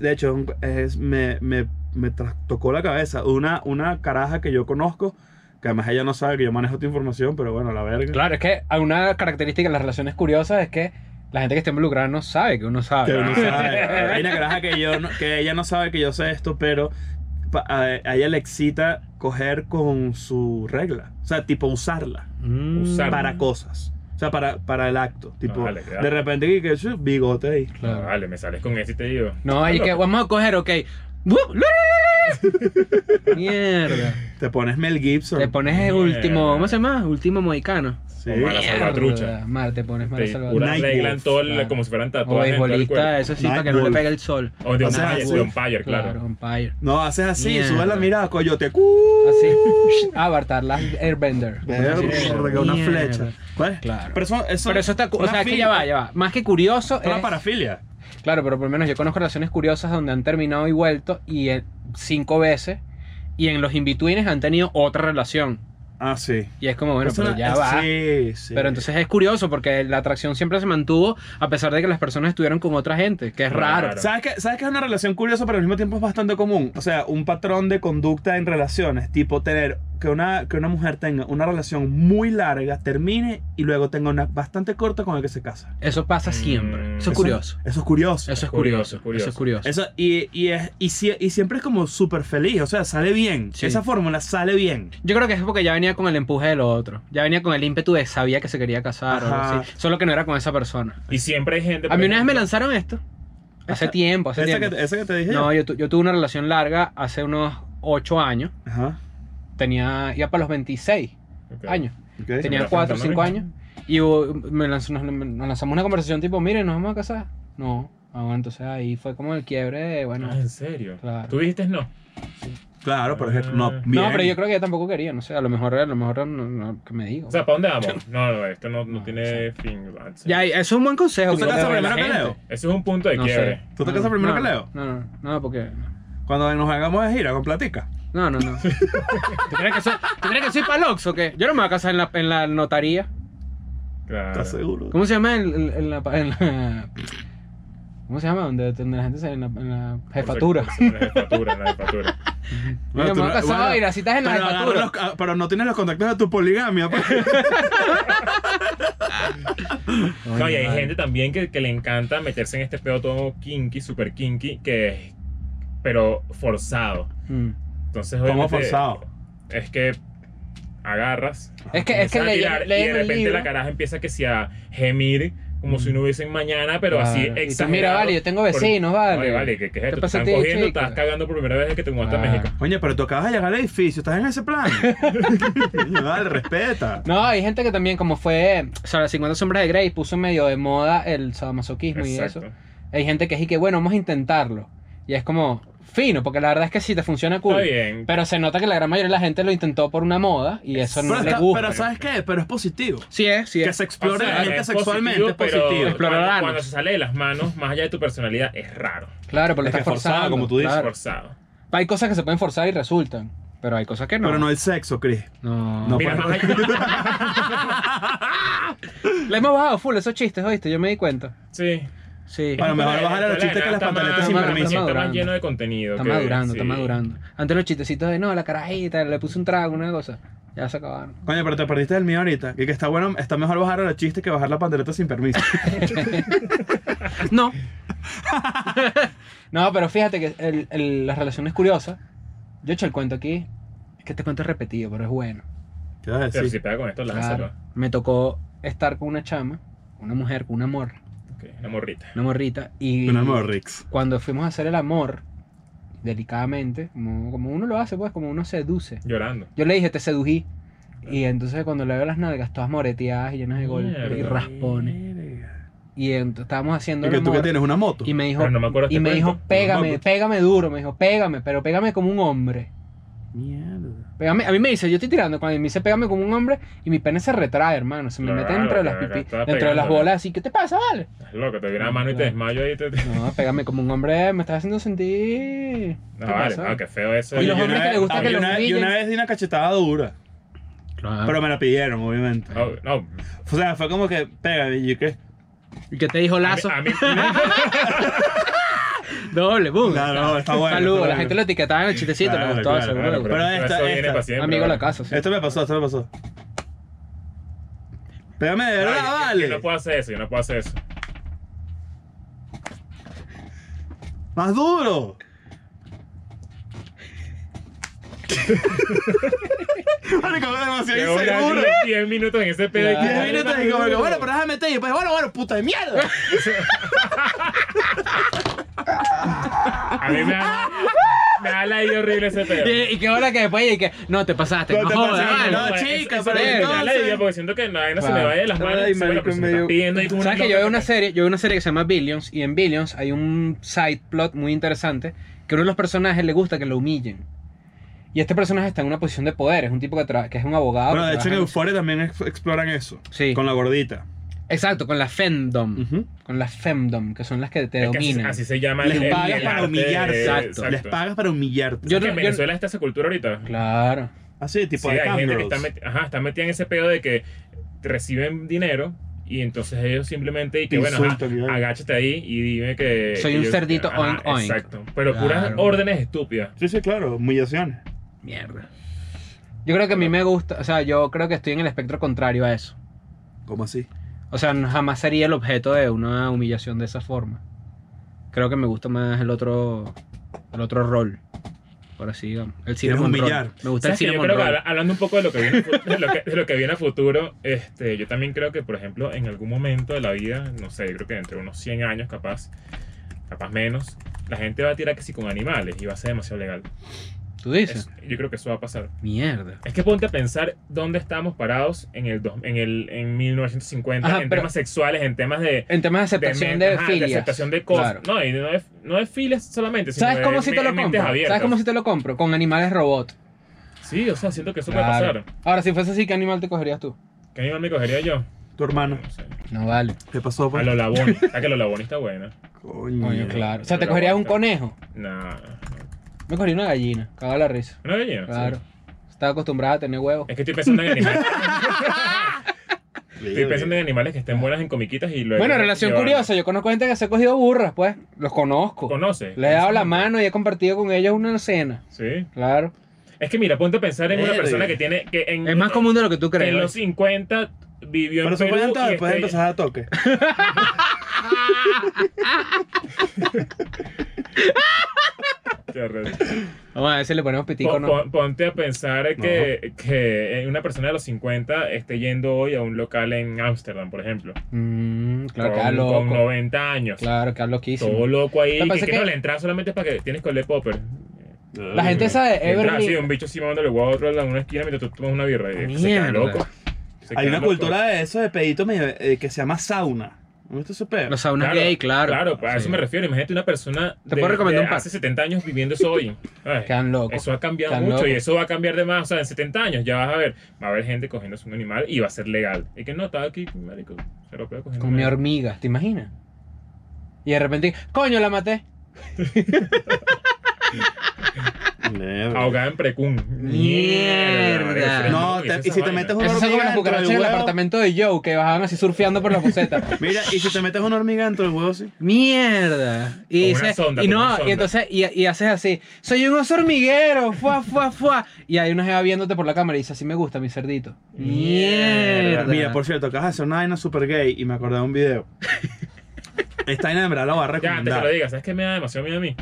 Speaker 3: de hecho, es- me, me, me trastocó la cabeza una, una caraja que yo conozco, que además ella no sabe que yo manejo tu información, pero bueno, la verga.
Speaker 4: Claro, es que hay una característica de las relaciones curiosas es que la gente que está involucrada no sabe que uno sabe.
Speaker 3: Que uno sabe.
Speaker 2: Ah.
Speaker 3: Hay una caraja que, yo, no- que ella no sabe que yo sé esto, pero pa- a, a ella le excita coger con su regla. O sea, tipo usarla
Speaker 4: Mm,
Speaker 2: Usar.
Speaker 3: para cosas. O sea, para, para el acto. Tipo,
Speaker 2: vale, claro.
Speaker 3: de repente que, que chu, bigote ahí.
Speaker 4: claro.
Speaker 2: Vale, me sales con este ese y te digo.
Speaker 4: No, hay que vamos a coger, ok. Mierda.
Speaker 3: Te pones Mel Gibson.
Speaker 4: Te pones el último,
Speaker 2: Mierda.
Speaker 4: ¿cómo se llama? Último mohicano.
Speaker 3: Sí.
Speaker 2: O mala salvatrucha.
Speaker 4: Mierda, Mar, te pones mala
Speaker 2: Te
Speaker 4: salvatrucha.
Speaker 3: Night
Speaker 2: arreglan
Speaker 3: Wolf,
Speaker 2: todo el-
Speaker 4: claro.
Speaker 2: como si fueran
Speaker 4: O
Speaker 2: tatuajes. en todo el
Speaker 4: beisbolista,
Speaker 2: cuerpo.
Speaker 4: eso sí, para
Speaker 3: Night
Speaker 4: que no le
Speaker 3: Wolf.
Speaker 4: pegue el sol.
Speaker 2: O de
Speaker 3: O
Speaker 2: un,
Speaker 3: sea,
Speaker 2: Pyre,
Speaker 3: sí.
Speaker 2: de un Pyre,
Speaker 4: Claro,
Speaker 2: claro.
Speaker 4: un pyre.
Speaker 3: No, haces así,
Speaker 4: Mierda.
Speaker 3: subes la mirada, coyote.
Speaker 4: Así. Avatar, Last Airbender.
Speaker 3: Verga, una
Speaker 4: Mierda.
Speaker 3: flecha. ¿Cuál?
Speaker 4: Claro.
Speaker 3: Pero eso, eso,
Speaker 4: Pero eso está. cu- O
Speaker 3: una
Speaker 4: sea, que
Speaker 3: fil-
Speaker 4: ya va, ya va. Más que curioso.
Speaker 3: Una
Speaker 4: es-
Speaker 3: parafilia.
Speaker 4: Claro, pero por lo menos yo conozco relaciones curiosas donde han terminado y vuelto y eh, cinco veces. Y en los in-betweens han tenido otra relación.
Speaker 3: Ah, sí.
Speaker 4: Y es como, bueno,
Speaker 3: Eso
Speaker 4: pero
Speaker 3: no-
Speaker 4: ya va.
Speaker 3: Sí, sí.
Speaker 4: Pero entonces es curioso porque la atracción siempre se mantuvo a pesar de que las personas estuvieron con otra gente, que es raro.
Speaker 2: Claro.
Speaker 3: ¿Sabes qué, ¿Sabes qué es una relación curiosa, pero al mismo tiempo es bastante común? O sea, un patrón de conducta en relaciones, tipo tener que una, que una mujer tenga una relación muy larga, termine y luego tenga una bastante corta con el que se casa.
Speaker 4: Eso pasa siempre.
Speaker 2: Mm,
Speaker 4: Eso es curioso.
Speaker 3: Eso es curioso.
Speaker 4: Eso es
Speaker 2: curioso,
Speaker 4: curioso.
Speaker 2: curioso.
Speaker 4: Eso es
Speaker 3: Eso, y,
Speaker 4: curioso.
Speaker 3: y, es, y, sie- y siempre es como súper feliz, o sea, sale bien.
Speaker 4: Sí.
Speaker 3: Esa fórmula sale bien.
Speaker 4: Yo creo que es porque ya venía con el empuje de lo otro. Ya venía con el ímpetu de sabía que se quería casar o
Speaker 3: Ajá.
Speaker 4: algo así. Solo que no era con esa persona.
Speaker 2: Y siempre hay gente.
Speaker 4: A mí
Speaker 2: por
Speaker 4: una vez me
Speaker 2: ejemplo,
Speaker 4: lanzaron esto. Hace
Speaker 3: Esa-
Speaker 4: tiempo, hace
Speaker 3: Esa que,
Speaker 4: tiempo.
Speaker 3: te- esa que te dije
Speaker 4: No,
Speaker 3: yo.
Speaker 4: yo, tu- yo tuve una relación larga hace unos 8 años.
Speaker 3: Ajá.
Speaker 4: Tenía, iba para los 26
Speaker 2: ok.
Speaker 4: años.
Speaker 3: ok.
Speaker 4: Tenía
Speaker 2: Mira,
Speaker 4: 4 o
Speaker 2: fantasma,
Speaker 4: 5
Speaker 2: ¿no?
Speaker 4: años. Y hubo- me lanzó- nos, nos lanzamos una conversación tipo, miren, nos vamos a casar. No. Ah, bueno, entonces ahí fue como el quiebre de, bueno.
Speaker 2: Ah, en serio.
Speaker 4: Claro.
Speaker 2: Tú dijiste no.
Speaker 3: Claro, por ejemplo. No,
Speaker 2: No,
Speaker 4: No,
Speaker 3: bien.
Speaker 4: pero yo creo que yo tampoco quería, no sé, a lo mejor, a lo mejor, no, no, ¿qué me digo?
Speaker 2: O sea, ¿para dónde vamos? No, no, esto no, no
Speaker 4: No,
Speaker 2: tiene fin. Sí.
Speaker 4: ya, eso es un buen consejo.
Speaker 3: ¿Tú te
Speaker 4: que yo
Speaker 3: casas
Speaker 4: le doy a la
Speaker 3: primero que
Speaker 4: gente.
Speaker 3: Leo?
Speaker 2: Eso es un punto de
Speaker 4: No
Speaker 2: quiebre.
Speaker 4: sé.
Speaker 3: ¿Tú te
Speaker 4: No,
Speaker 3: casas
Speaker 4: no,
Speaker 3: primero
Speaker 4: no,
Speaker 3: que Leo?
Speaker 4: No, no, no, porque.
Speaker 3: Cuando nos hagamos de gira con platica.
Speaker 4: No, no, no. ¿Tú crees que soy, ¿tú crees que soy palox o qué? Yo no me voy a casar en la, en la notaría.
Speaker 2: Claro.
Speaker 3: ¿Estás seguro?
Speaker 4: ¿Cómo se llama? En, en- en la, en la- ¿Cómo se llama? Donde, donde la gente se. en la, en la jefatura.
Speaker 2: Por sec- En la jefatura, en la jefatura.
Speaker 4: Mira, me voy a casar,
Speaker 3: bueno,
Speaker 4: mira, si estás en la
Speaker 3: pero agarra
Speaker 4: jefatura.
Speaker 3: los- ah, pero no tienes los contactos de tu poligamia. pues.
Speaker 2: No, y hay gente también que, que le encanta meterse en este pedo todo kinky, super kinky, que es. Pero forzado.
Speaker 4: Mm.
Speaker 2: Entonces,
Speaker 3: ¿Cómo
Speaker 2: obviamente,
Speaker 3: forzado?
Speaker 2: Es que agarras.
Speaker 4: Es que, es que
Speaker 2: empiezas a
Speaker 4: leí,
Speaker 2: tirar,
Speaker 4: leí
Speaker 2: y de
Speaker 4: en el
Speaker 2: repente
Speaker 4: libro.
Speaker 2: la caraja empieza que si a gemir como si no hubiesen mañana, pero así
Speaker 4: Claro. Ah, Y tú,
Speaker 2: exagerado.
Speaker 4: mira, vale, yo tengo vecinos,
Speaker 2: Porque-
Speaker 4: vale.
Speaker 2: Vale, vale, ¿qué, qué es
Speaker 4: ¿Qué
Speaker 2: esto? Te
Speaker 4: pasa
Speaker 2: están
Speaker 4: a ti,
Speaker 2: cogiendo,
Speaker 4: chica?
Speaker 2: estás cagando por primera vez desde que te mudaste
Speaker 4: Ah.
Speaker 2: a México.
Speaker 3: Coño, pero tú acabas de llegar al edificio, estás en ese plan. Coño, Dale, respeta.
Speaker 4: No, hay gente que también, como fue. O sea, las 50 Sombras de Grey puso medio de moda el sadomasoquismo y eso. Hay gente que es y que, bueno, vamos a intentarlo. Y es como fino, porque la verdad es que si te funciona cool.
Speaker 2: Está bien.
Speaker 4: Pero se nota que la gran mayoría de la gente lo intentó por una moda y eso no
Speaker 5: Pero,
Speaker 4: le
Speaker 5: está-
Speaker 4: gusta.
Speaker 5: pero ¿sabes qué? Pero es positivo.
Speaker 4: Sí es, sí
Speaker 5: Que
Speaker 4: es.
Speaker 5: se explore
Speaker 2: O sea,
Speaker 5: la gente
Speaker 2: es
Speaker 5: sexualmente
Speaker 2: positivo,
Speaker 5: es
Speaker 2: pero
Speaker 5: positivo.
Speaker 4: Explorar
Speaker 2: cuando-
Speaker 4: anos.
Speaker 2: Cuando se sale de las manos, más allá de tu personalidad, es raro.
Speaker 4: Claro, pero lo
Speaker 3: Es que
Speaker 4: estás
Speaker 3: forzado,
Speaker 4: forzando.
Speaker 3: como tú dices.
Speaker 4: claro.
Speaker 2: Forzado.
Speaker 4: Hay cosas que se pueden forzar y resultan, pero hay cosas que no.
Speaker 3: Pero no el sexo, Chris.
Speaker 4: No.
Speaker 3: No.
Speaker 2: Mira,
Speaker 3: pues.
Speaker 2: más allá.
Speaker 4: Le hemos bajado full esos chistes, ¿oíste? Yo me di cuenta.
Speaker 2: Sí.
Speaker 4: Sí.
Speaker 3: Bueno, mejor bajar a los chistes que las pantaletas sin
Speaker 4: más-
Speaker 3: permiso.
Speaker 4: está
Speaker 2: Está más
Speaker 4: madurando.
Speaker 2: lleno de contenido.
Speaker 4: está
Speaker 2: que-
Speaker 4: madurando,
Speaker 2: sí.
Speaker 4: está madurando. Antes los chistecitos de no, la carajita, le puse un trago, una cosa. Ya se acabaron.
Speaker 3: Coño, pero te perdiste el mío ahorita. Y que está bueno, está mejor bajar a los chistes que bajar la pandereta sin permiso.
Speaker 4: No. no, pero fíjate que el- el- las relaciones curiosas. Yo he hecho el cuento aquí. Es que este cuento es repetido, pero es bueno.
Speaker 3: ¿Qué vas a
Speaker 2: Pero si
Speaker 3: decir?
Speaker 2: pega con esto,
Speaker 4: Claro.
Speaker 2: lánzalo.
Speaker 4: Me tocó estar con una chama, una mujer, con una morra,
Speaker 2: Ok, una morrita.
Speaker 4: una morrita. Y
Speaker 3: Una Morrix.
Speaker 4: cuando fuimos a hacer el amor, delicadamente, como, como uno lo hace, pues, como uno seduce.
Speaker 2: Llorando.
Speaker 4: Yo le dije, te sedují. Y entonces cuando le veo las nalgas todas moreteadas y llenas de golpes y
Speaker 2: Mierda.
Speaker 4: raspones. Y ent- estábamos
Speaker 3: Y
Speaker 4: haciendo el
Speaker 3: que tú que
Speaker 4: amor.
Speaker 3: tienes una moto.
Speaker 4: Y me dijo,
Speaker 2: Pero no me acuerdo
Speaker 4: y
Speaker 2: este
Speaker 4: me dijo,
Speaker 2: cuento.
Speaker 4: pégame,
Speaker 3: Mamá.
Speaker 4: pégame duro, me dijo, pégame, pero pégame como un hombre.
Speaker 3: Mierda.
Speaker 4: Pégame, a mí me dice, yo estoy tirando, cuando me dice pégame como un hombre, y mi pene se retrae, hermano, se me
Speaker 2: Claro,
Speaker 4: mete dentro de las
Speaker 2: claro,
Speaker 4: pipí,
Speaker 2: estaba
Speaker 4: dentro de las
Speaker 2: pegándole.
Speaker 4: bolas, así, ¿qué te pasa, vale?
Speaker 2: Estás loco, te viene la mano y te desmayo y te. te-
Speaker 4: No, pégame como un hombre, me estás haciendo sentir...
Speaker 2: No,
Speaker 4: ¿Qué
Speaker 2: vale.
Speaker 4: pasa?
Speaker 2: Ah, qué feo eso.
Speaker 4: Y
Speaker 3: Oye,
Speaker 4: los
Speaker 3: yo
Speaker 4: hombres
Speaker 3: una
Speaker 4: que
Speaker 3: vez-
Speaker 4: les gusta
Speaker 3: ah,
Speaker 4: que
Speaker 3: yo
Speaker 4: los
Speaker 3: una- Yo
Speaker 4: humillen. Ah.
Speaker 3: una vez di una cachetada dura.
Speaker 4: Claro.
Speaker 3: Pero me la pidieron, obviamente.
Speaker 2: No, no.
Speaker 3: O sea, fue como que, pega, y yo qué.
Speaker 4: ¿Y qué te dijo
Speaker 2: A mí-
Speaker 4: Lazo?
Speaker 2: A mí,
Speaker 4: Doble, boom.
Speaker 3: No, no, Ah, está bueno,
Speaker 4: Saludos,
Speaker 3: está
Speaker 4: la
Speaker 3: bueno.
Speaker 4: gente lo etiquetaba en el chistecito,
Speaker 3: Claro,
Speaker 4: le gustó,
Speaker 3: claro,
Speaker 4: seguro.
Speaker 2: Claro,
Speaker 4: le
Speaker 2: pero,
Speaker 4: gustó.
Speaker 3: Pero esta-
Speaker 2: eso viene
Speaker 3: esta-
Speaker 2: para siempre.
Speaker 4: Amigo de la
Speaker 2: ¿verdad?
Speaker 4: casa, sí.
Speaker 3: Esto me pasó, esto me pasó. Pégame de
Speaker 2: Ay,
Speaker 3: verdad,
Speaker 2: yo-
Speaker 3: vale.
Speaker 2: Yo no puedo hacer eso, yo no puedo hacer eso.
Speaker 3: Más duro. Vale, como demasiado
Speaker 2: Llevo ya
Speaker 3: inseguro.
Speaker 2: 10 minutos en ese pedo. y-
Speaker 4: Claro.
Speaker 3: Diez minutos y como que, bueno, pero déjame meter. Y después, bueno, bueno, puta de mierda.
Speaker 2: A mí me da, me da la idea horrible ese pedo.
Speaker 4: Y, y qué hora que después, y que, no, te pasaste, Ah, no,
Speaker 3: No te
Speaker 4: jodas,
Speaker 3: pasaste,
Speaker 4: vale.
Speaker 3: no,
Speaker 2: es-
Speaker 3: chica,
Speaker 2: pues, es-
Speaker 3: pero
Speaker 2: es- me da la
Speaker 3: entonces-
Speaker 2: idea porque siento que la vaina se
Speaker 4: Claro.
Speaker 2: me vaya de las manos.
Speaker 3: Ay,
Speaker 2: y se me la
Speaker 3: marico,
Speaker 2: persona
Speaker 3: me dio-
Speaker 2: está pidiendo y como
Speaker 4: ¿Sabes
Speaker 2: una
Speaker 4: que yo veo
Speaker 2: loca
Speaker 4: una serie, yo veo una serie que se llama Billions y en Billions hay un side plot muy interesante que a uno de los personajes le gusta que lo humillen. Y este personaje está en una posición de poder, es un tipo que, tra- que es un abogado.
Speaker 3: Bueno,
Speaker 4: que
Speaker 3: de hecho en
Speaker 4: trabaja
Speaker 3: Euphoria también ex- exploran eso.
Speaker 4: Sí.
Speaker 3: Con la gordita.
Speaker 4: Exacto, con la femdom,
Speaker 3: Ujú.
Speaker 4: con la femdom, que son las que te
Speaker 2: Es que así-
Speaker 4: dominan.
Speaker 2: Así se llama
Speaker 3: Les
Speaker 2: el- el-
Speaker 3: pagas
Speaker 2: el
Speaker 3: para
Speaker 2: arte,
Speaker 3: humillarse.
Speaker 2: eh,
Speaker 4: Exacto.
Speaker 3: Les pagas para humillarte.
Speaker 4: Yo
Speaker 2: Es que
Speaker 4: no-
Speaker 2: en
Speaker 4: yo-
Speaker 2: Venezuela está esa cultura ahorita.
Speaker 4: Claro.
Speaker 3: Así, tipo
Speaker 2: Sí,
Speaker 3: de
Speaker 2: hay gente que
Speaker 3: Camrose.
Speaker 2: está, meti- ajá, está metida en ese pedo de que reciben dinero y entonces ellos simplemente y que
Speaker 3: Te
Speaker 2: bueno, ajá,
Speaker 3: insultan, ¿no?
Speaker 2: agáchate ahí y dime que
Speaker 4: Soy
Speaker 2: y
Speaker 4: un
Speaker 2: yo-
Speaker 4: cerdito,
Speaker 2: ajá,
Speaker 4: oink, oink.
Speaker 2: Exacto, pero
Speaker 4: Claro.
Speaker 2: puras órdenes estúpidas.
Speaker 3: Sí, sí, claro. Humillaciones.
Speaker 4: Mierda. Yo creo que a mí me gusta, o sea, yo creo que estoy en el espectro contrario a eso.
Speaker 3: ¿Cómo así?
Speaker 4: O sea, no- jamás sería el objeto de una humillación de esa forma. Creo que me gusta más el otro, el otro rol. Por así digamos. El cinnamon roll.
Speaker 3: humillar.
Speaker 4: Me gusta el
Speaker 2: ¿Sabes que yo
Speaker 4: cinnamon
Speaker 2: creo que
Speaker 4: roll.
Speaker 2: habla- hablando un poco de lo que viene, a fu- de lo que, de lo que viene a futuro, este, yo también creo que, por ejemplo, en algún momento de la vida, no sé, yo creo que entre unos 100 años capaz, capaz menos, la gente va a tirar que sí con animales y va a ser demasiado legal.
Speaker 4: Tú dices.
Speaker 2: Es- yo creo que eso va a pasar.
Speaker 4: Mierda.
Speaker 2: Es que ponte a pensar dónde estamos parados en el, dos- en el en 1950,
Speaker 4: Ajá,
Speaker 2: en
Speaker 4: pero-
Speaker 2: temas sexuales, en temas de...
Speaker 4: En temas de aceptación
Speaker 2: men-
Speaker 4: de,
Speaker 2: ajá,
Speaker 4: filias.
Speaker 2: aceptación de cosas.
Speaker 4: Claro.
Speaker 2: No, y no de, no de filias solamente, sino
Speaker 4: ¿Sabes
Speaker 2: de
Speaker 4: cómo si te
Speaker 2: me-
Speaker 4: lo
Speaker 2: mentes
Speaker 4: compro? ¿Sabes
Speaker 2: abiertas.
Speaker 4: cómo si te lo compro? Con animales robot.
Speaker 2: Sí, o sea, siento que eso puede
Speaker 4: Claro.
Speaker 2: pasar.
Speaker 4: Ahora, si fuese así, ¿qué animal te cogerías tú?
Speaker 2: ¿Qué animal me cogería yo?
Speaker 3: Tu hermana.
Speaker 2: No sé.
Speaker 4: No vale.
Speaker 3: ¿Qué pasó,
Speaker 2: A
Speaker 3: pues?
Speaker 2: lo labón. ¿Sabes que lo labón está buena?
Speaker 3: Coño.
Speaker 4: Coño, claro. O
Speaker 2: Pero
Speaker 4: sea, ¿te
Speaker 2: la
Speaker 4: cogerías un
Speaker 2: aguanta.
Speaker 4: conejo?
Speaker 2: Nah.
Speaker 4: Me cogería una gallina. Caga la risa.
Speaker 2: ¿Una gallina?
Speaker 4: Claro.
Speaker 2: Sí.
Speaker 4: Estaba acostumbrada a tener huevos.
Speaker 2: Es que estoy pensando en animales.
Speaker 3: Estoy
Speaker 2: estoy pensando en animales que estén buenas en comiquitas y luego.
Speaker 4: Bueno, relación
Speaker 2: llevarlo.
Speaker 4: curiosa. Yo conozco gente que se ha cogido burras, pues. Los conozco.
Speaker 2: ¿Conoces?
Speaker 4: Le he dado la mano y he compartido con ellos una cena.
Speaker 2: Sí.
Speaker 4: Claro.
Speaker 2: Es que mira, ponte a pensar en una
Speaker 3: Verga.
Speaker 2: persona que tiene. Que en,
Speaker 4: Es más común de lo que tú
Speaker 2: que en los
Speaker 4: crees.
Speaker 2: 50 vivió
Speaker 3: Pero
Speaker 2: en
Speaker 3: se
Speaker 2: Perú.
Speaker 3: fue
Speaker 2: y
Speaker 3: entonces, después
Speaker 2: este-
Speaker 3: empezar a toque.
Speaker 2: Qué arrecho.
Speaker 4: Vamos a ver si le ponemos pitico
Speaker 2: Pon-
Speaker 4: no.
Speaker 2: pon- Ponte a pensar que, que una persona de los 50 esté yendo hoy a un local en Ámsterdam, por ejemplo.
Speaker 4: Mm, claro,
Speaker 2: con,
Speaker 4: que
Speaker 2: con
Speaker 4: loco.
Speaker 2: 90 años.
Speaker 4: Claro, que loquísimo.
Speaker 2: Todo loco ahí.
Speaker 4: Lo que
Speaker 2: Que,
Speaker 4: pasa es
Speaker 2: que
Speaker 4: que-
Speaker 2: no le entras solamente para que tienes que oler popper.
Speaker 4: La gente esa de
Speaker 2: Entra así,
Speaker 4: Everly.
Speaker 2: un bicho así mandándole huevo a otro en una esquina mientras tú tomas una birra. Y se queda
Speaker 4: Mierda.
Speaker 2: loco. Se
Speaker 3: Hay
Speaker 2: queda
Speaker 3: una
Speaker 2: loco.
Speaker 3: cultura de eso de peditos medio, eh, que se llama sauna. Me gusta ese pedo.
Speaker 4: Los saunas gay, claro.
Speaker 2: Claro, pues, a eso
Speaker 4: Sí.
Speaker 2: me refiero. Imagínate una persona
Speaker 4: Te puedo recomendar un par.
Speaker 2: hace 70 años viviendo eso hoy. Ay,
Speaker 4: Quedan locos.
Speaker 2: Eso ha cambiado
Speaker 4: Están
Speaker 2: mucho y
Speaker 4: locos.
Speaker 2: eso va a cambiar de más. O sea, en 70 años ya vas a ver, va a haber gente cogiéndose un animal y va a ser legal. Y que no, estaba aquí, marico, se lo puedo coger.
Speaker 4: Con mi hormiga, ¿te imaginas? Y de repente, coño, la maté.
Speaker 3: Mierda.
Speaker 2: Ahogada en precum.
Speaker 4: Mierda.
Speaker 2: marico,
Speaker 3: No,
Speaker 2: Fresno,
Speaker 3: te-
Speaker 2: hizo
Speaker 3: y si
Speaker 2: esa
Speaker 3: te
Speaker 2: vaina.
Speaker 3: metes una
Speaker 4: Eso son como
Speaker 3: hormiga
Speaker 4: las
Speaker 3: dentro
Speaker 4: cucarachas
Speaker 3: del
Speaker 4: en el
Speaker 3: huevo.
Speaker 4: apartamento de Joe que bajaban así surfeando por la boceta.
Speaker 3: Mira, y si te metes una hormiga dentro del huevo, sí.
Speaker 4: Mierda. Y
Speaker 2: Con una
Speaker 4: dices,
Speaker 2: sonda,
Speaker 4: y
Speaker 2: con una
Speaker 4: no,
Speaker 2: sonda.
Speaker 4: y entonces, y, y haces así, soy un oso hormiguero, fuá, fuá, fuá. Y hay una jeva viéndote por la cámara y dice, así me gusta, mi cerdito. Mierda.
Speaker 3: Mira, por cierto, acabas de hacer una vaina super gay y me acordé de un video. Esta vaina de verdad la voy a
Speaker 2: Ya, antes que
Speaker 3: recomendar.
Speaker 2: lo digas, ¿sabes qué me da demasiado miedo a mí?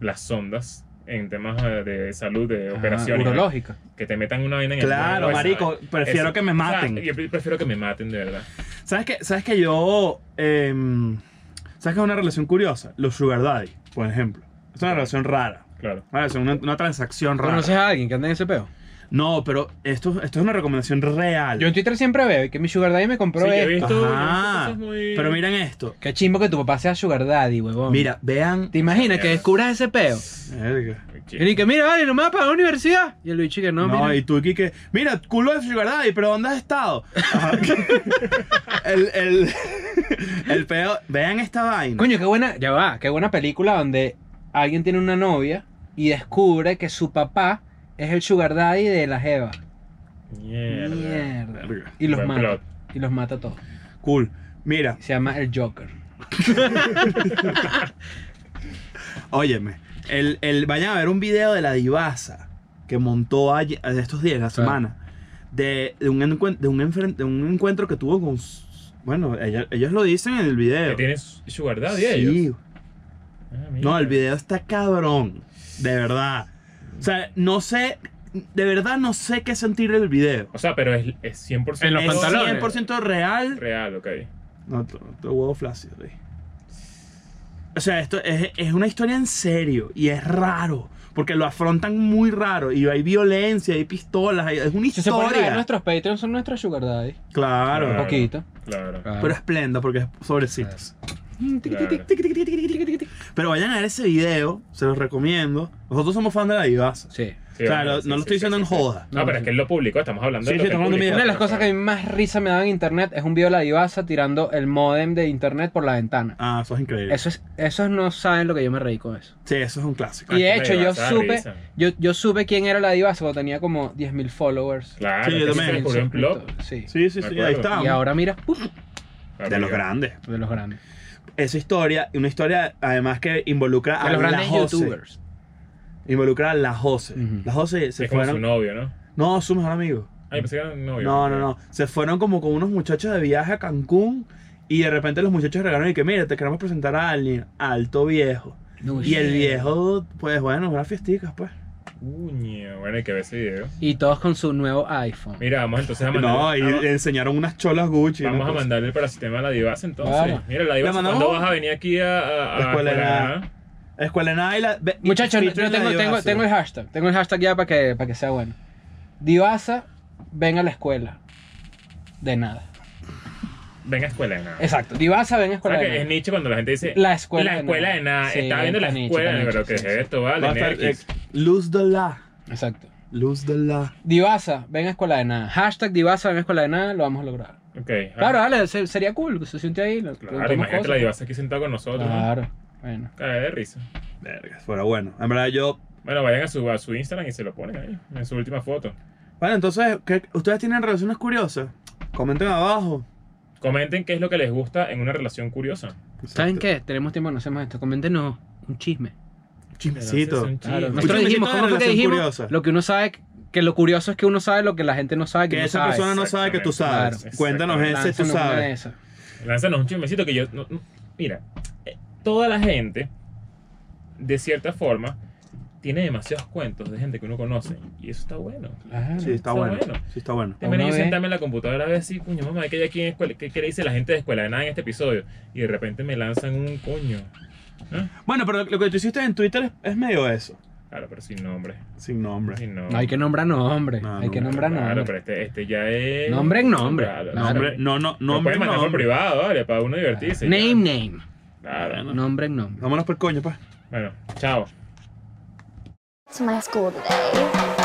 Speaker 2: Las sondas en temas eh, de salud, de
Speaker 4: Ajá,
Speaker 2: operaciones. ¿no?
Speaker 4: Ah, urológica.
Speaker 2: Que te metan una vaina en el
Speaker 3: Ah, Claro,
Speaker 2: huevo, esa
Speaker 3: marico,
Speaker 2: vaina.
Speaker 3: prefiero
Speaker 2: Eso-
Speaker 3: que me
Speaker 2: o sea,
Speaker 3: maten.
Speaker 2: yo pre- prefiero que me maten, de verdad.
Speaker 3: ¿Sabes qué? ¿Sabes que yo. em, ¿Sabes qué es una relación curiosa? Los Sugar Daddy, por ejemplo. Es una relación rara.
Speaker 2: Claro.
Speaker 3: Una, relación- Ah, una, una transacción rara.
Speaker 4: ¿Conoces a alguien que anda en ese peo?
Speaker 3: No, pero esto, esto es una recomendación real.
Speaker 4: Yo en Twitter siempre veo que mi sugar daddy me compró
Speaker 2: Sí, yo he
Speaker 4: esto.
Speaker 2: visto- Esto-
Speaker 3: Ajá.
Speaker 2: esto es muy-
Speaker 3: Pero miren esto.
Speaker 4: Qué chimbo que tu papá sea sugar daddy, huevón.
Speaker 3: Mira, vean.
Speaker 4: ¿Te imaginas que
Speaker 2: Mierda.
Speaker 4: descubras ese peo?
Speaker 3: Verga.
Speaker 4: Y ni que, mira, vale, no me vas a pagar la universidad. Y el bicho que no,
Speaker 3: No,
Speaker 4: mira.
Speaker 3: y tú aquí que. Mira, culo de Sugar Daddy, pero ¿dónde has estado? Ajá. el, el, el pedo. Vean esta vaina.
Speaker 4: Coño, qué buena, ya va, qué buena película donde alguien tiene una novia y descubre que su papá es el sugar daddy de la jeva.
Speaker 2: Mierda.
Speaker 4: Mierda.
Speaker 3: Verga.
Speaker 4: Y los
Speaker 2: Buen
Speaker 4: mata.
Speaker 2: plot.
Speaker 4: Y los mata a todos.
Speaker 3: Cool. Mira,
Speaker 4: Se llama El Joker.
Speaker 3: óyeme. El, el, vayan a ver un video de la divaza que montó ayer- de estos días, la
Speaker 4: Claro.
Speaker 3: semana. De, de un, encuen- de, un enfren- de un encuentro que tuvo con. s- Bueno, ellos, ellos lo dicen en el video.
Speaker 2: Que tienes Sugar Daddy
Speaker 3: Sí,
Speaker 2: ellos. Ah, mira.
Speaker 3: No, el video está cabrón. De verdad. O sea, no sé. De verdad no sé qué sentir el video.
Speaker 2: O sea, pero es, es 100%
Speaker 4: En los
Speaker 3: Es
Speaker 4: pantalones.
Speaker 3: 100% real.
Speaker 2: real, ok.
Speaker 3: No, tu, tu huevo flácido, güey. O sea, esto es, es una historia en serio y es raro. Porque lo afrontan muy raro. Y hay violencia, hay pistolas, hay- es una
Speaker 4: Si se pone a ver,
Speaker 3: historia.
Speaker 4: nuestros Patreons son nuestros sugar daddy.
Speaker 3: Claro.
Speaker 4: Un
Speaker 2: Claro.
Speaker 4: poquito.
Speaker 2: Claro.
Speaker 3: Pero esplenda porque es sobrecitos.
Speaker 4: mm,
Speaker 2: claro.
Speaker 3: Pero vayan a ver ese video, se los recomiendo. Nosotros somos fans de la divaza.
Speaker 4: Sí.
Speaker 2: Sí,
Speaker 3: claro,
Speaker 2: bueno, sí,
Speaker 3: no lo
Speaker 2: sí,
Speaker 3: estoy
Speaker 2: sí,
Speaker 3: diciendo
Speaker 2: sí,
Speaker 3: en
Speaker 2: sí.
Speaker 3: joda.
Speaker 2: No, pero es que él lo público, estamos hablando
Speaker 3: Sí, sí,
Speaker 2: de lo que él
Speaker 3: estamos hablando de
Speaker 2: publicó.
Speaker 4: Una de las cosas que a mí más risa me daba en internet es un video de la divaza tirando el modem de internet por la ventana.
Speaker 3: Ah, eso es increíble.
Speaker 4: Eso es, esos no saben lo que yo me reí con eso.
Speaker 3: Sí, eso es un clásico.
Speaker 4: Y de
Speaker 2: Ay,
Speaker 4: hecho,
Speaker 2: me
Speaker 4: yo
Speaker 2: da
Speaker 4: supe,
Speaker 2: risa.
Speaker 4: yo, yo supe quién era la divaza cuando tenía como 10.000 followers.
Speaker 2: Claro,
Speaker 3: Sí, yo
Speaker 2: que se
Speaker 3: también.
Speaker 2: descubrió en Plop.
Speaker 4: Sí.
Speaker 3: Sí, sí,
Speaker 2: Me
Speaker 3: sí,
Speaker 2: acuerdo.
Speaker 3: ahí está.
Speaker 4: Y ahora mira, ¡puf!
Speaker 3: De los grandes.
Speaker 4: de los grandes.
Speaker 3: Esa historia, una historia además que involucra
Speaker 4: De
Speaker 3: a
Speaker 4: los
Speaker 3: la
Speaker 4: grandes
Speaker 3: Jose.
Speaker 4: youtubers.
Speaker 3: Involucra a la Jose.
Speaker 4: Ujú.
Speaker 3: La Jose se
Speaker 2: Es como su
Speaker 3: fueron.
Speaker 2: novio, ¿no?
Speaker 3: No, su mejor amigo.
Speaker 2: Ay, pensé que era novio.
Speaker 3: No, no, no. Se fueron como con unos muchachos de viaje a Cancún y de repente los muchachos regalaron y que, mira, te queremos presentar a alguien, alto viejo. Y el viejo, pues bueno, unas fiesticas, pues.
Speaker 2: Uño, bueno, hay que ver ese video.
Speaker 4: Y todos con su nuevo iPhone.
Speaker 2: Mira, vamos entonces a
Speaker 3: No,
Speaker 2: mandar.
Speaker 3: y le enseñaron unas cholas Gucci. Pues,
Speaker 2: Vamos
Speaker 3: una
Speaker 2: a
Speaker 3: cosa.
Speaker 2: mandarle para el sistema a la divasa entonces.
Speaker 4: Claro.
Speaker 2: Mira, la divasa,
Speaker 3: mandamos?
Speaker 2: ¿cuándo vas a venir aquí a, a, a
Speaker 3: La escuela de
Speaker 2: Escuela
Speaker 3: nada.
Speaker 2: A?
Speaker 3: Escuela de nada y la. ve-
Speaker 4: Muchachos, yo
Speaker 3: featuring la
Speaker 4: tengo, tengo,
Speaker 3: Divaza.
Speaker 4: tengo el hashtag. Tengo el hashtag ya para que, para que sea bueno. Divaza, ven a la escuela. De nada.
Speaker 2: Ven a escuela de nada.
Speaker 4: Exacto. Divaza, ven a la
Speaker 2: ¿Sabes
Speaker 4: escuela.
Speaker 2: que
Speaker 4: De
Speaker 2: es
Speaker 4: nada.
Speaker 2: Nietzsche cuando la gente dice
Speaker 4: La escuela
Speaker 2: la
Speaker 4: de
Speaker 2: escuela
Speaker 4: nada.
Speaker 2: de nada?
Speaker 4: Sí,
Speaker 2: Estaba viendo la
Speaker 4: está Nietzsche,
Speaker 2: escuela,
Speaker 4: está
Speaker 2: pero
Speaker 4: Nietzsche,
Speaker 2: ¿qué es
Speaker 4: sí, sí.
Speaker 2: esto?
Speaker 3: Va
Speaker 2: Vale,
Speaker 3: a estar,
Speaker 2: Nerkis.
Speaker 3: eh, Luz de la.
Speaker 4: Exacto.
Speaker 3: Luz de la.
Speaker 4: Divaza, ven a escuela de nada. Hashtag Divaza, ven a escuela de nada. Lo vamos a lograr.
Speaker 2: Ok. ah,
Speaker 4: Claro, dale, se- sería cool. Se siente ahí. le
Speaker 2: Claro,
Speaker 4: preguntamos
Speaker 2: imagínate
Speaker 4: cosas.
Speaker 2: la divasa aquí sentada con nosotros. Claro.
Speaker 4: Claro. Bueno.
Speaker 2: de risa.
Speaker 3: Verga, fuera bueno. En verdad yo.
Speaker 2: Bueno, vayan a su, a su Instagram y se lo ponen ahí, en su última foto.
Speaker 3: Bueno, entonces, ¿qué- ¿ustedes tienen relaciones curiosas? Comenten abajo.
Speaker 2: Comenten qué es lo que les gusta en una relación curiosa.
Speaker 4: ¿Saben qué? Tenemos tiempo, no hacemos esto. Coméntenos un chisme.
Speaker 2: Entonces,
Speaker 3: Chismecito.
Speaker 2: un chisme.
Speaker 4: Claro,
Speaker 3: Un
Speaker 4: nosotros
Speaker 3: chismecito
Speaker 4: dijimos,
Speaker 3: de
Speaker 4: ¿cómo fue que
Speaker 3: relación
Speaker 4: dijimos?
Speaker 3: curiosa.
Speaker 4: Lo que uno sabe, que lo curioso es que uno sabe lo que la gente no sabe, que,
Speaker 3: Que
Speaker 4: no
Speaker 3: esa
Speaker 4: sabe.
Speaker 3: persona no sabe que tú sabes.
Speaker 2: Exactamente.
Speaker 3: Cuéntanos ese
Speaker 4: Lánzanos
Speaker 3: tú
Speaker 4: una de
Speaker 3: sabes.
Speaker 4: esas.
Speaker 2: Lánzanos un chismecito que yo. no- no- mira, eh, toda la gente, de cierta forma, tiene demasiados cuentos de gente que uno conoce. Y eso está bueno.
Speaker 4: Claro.
Speaker 3: Sí, está
Speaker 2: Está
Speaker 3: bueno.
Speaker 2: bueno.
Speaker 3: Sí, está bueno.
Speaker 2: Te venía
Speaker 4: Uno
Speaker 2: yo
Speaker 4: ve-
Speaker 2: sentarme en la computadora a ver si, coño, mamá, ¿qué hay aquí en escuela? ¿Qué, qué le dice la gente de escuela de nada en este episodio? Y de repente me lanzan un coño.
Speaker 3: Bueno, pero lo que tú hiciste en Twitter es, es medio eso.
Speaker 2: Claro, pero sin nombre.
Speaker 3: Sin nombre.
Speaker 2: Sin nombre.
Speaker 4: No hay que nombrar nombre.
Speaker 3: No,
Speaker 4: hay que
Speaker 3: no,
Speaker 4: nombrar
Speaker 2: Claro,
Speaker 4: nombre.
Speaker 2: pero este, este ya es.
Speaker 4: Nombre en nombre.
Speaker 2: Claro,
Speaker 4: Claro.
Speaker 3: Nombre, no, no,
Speaker 2: No
Speaker 3: nombre,
Speaker 2: puedes mandar por
Speaker 3: nombre.
Speaker 2: privado, vale, para uno divertirse.
Speaker 4: Name, name.
Speaker 2: Claro.
Speaker 4: Nombre en nombre.
Speaker 3: Vámonos por coño, pues.
Speaker 2: Bueno, chao.
Speaker 1: To my school today.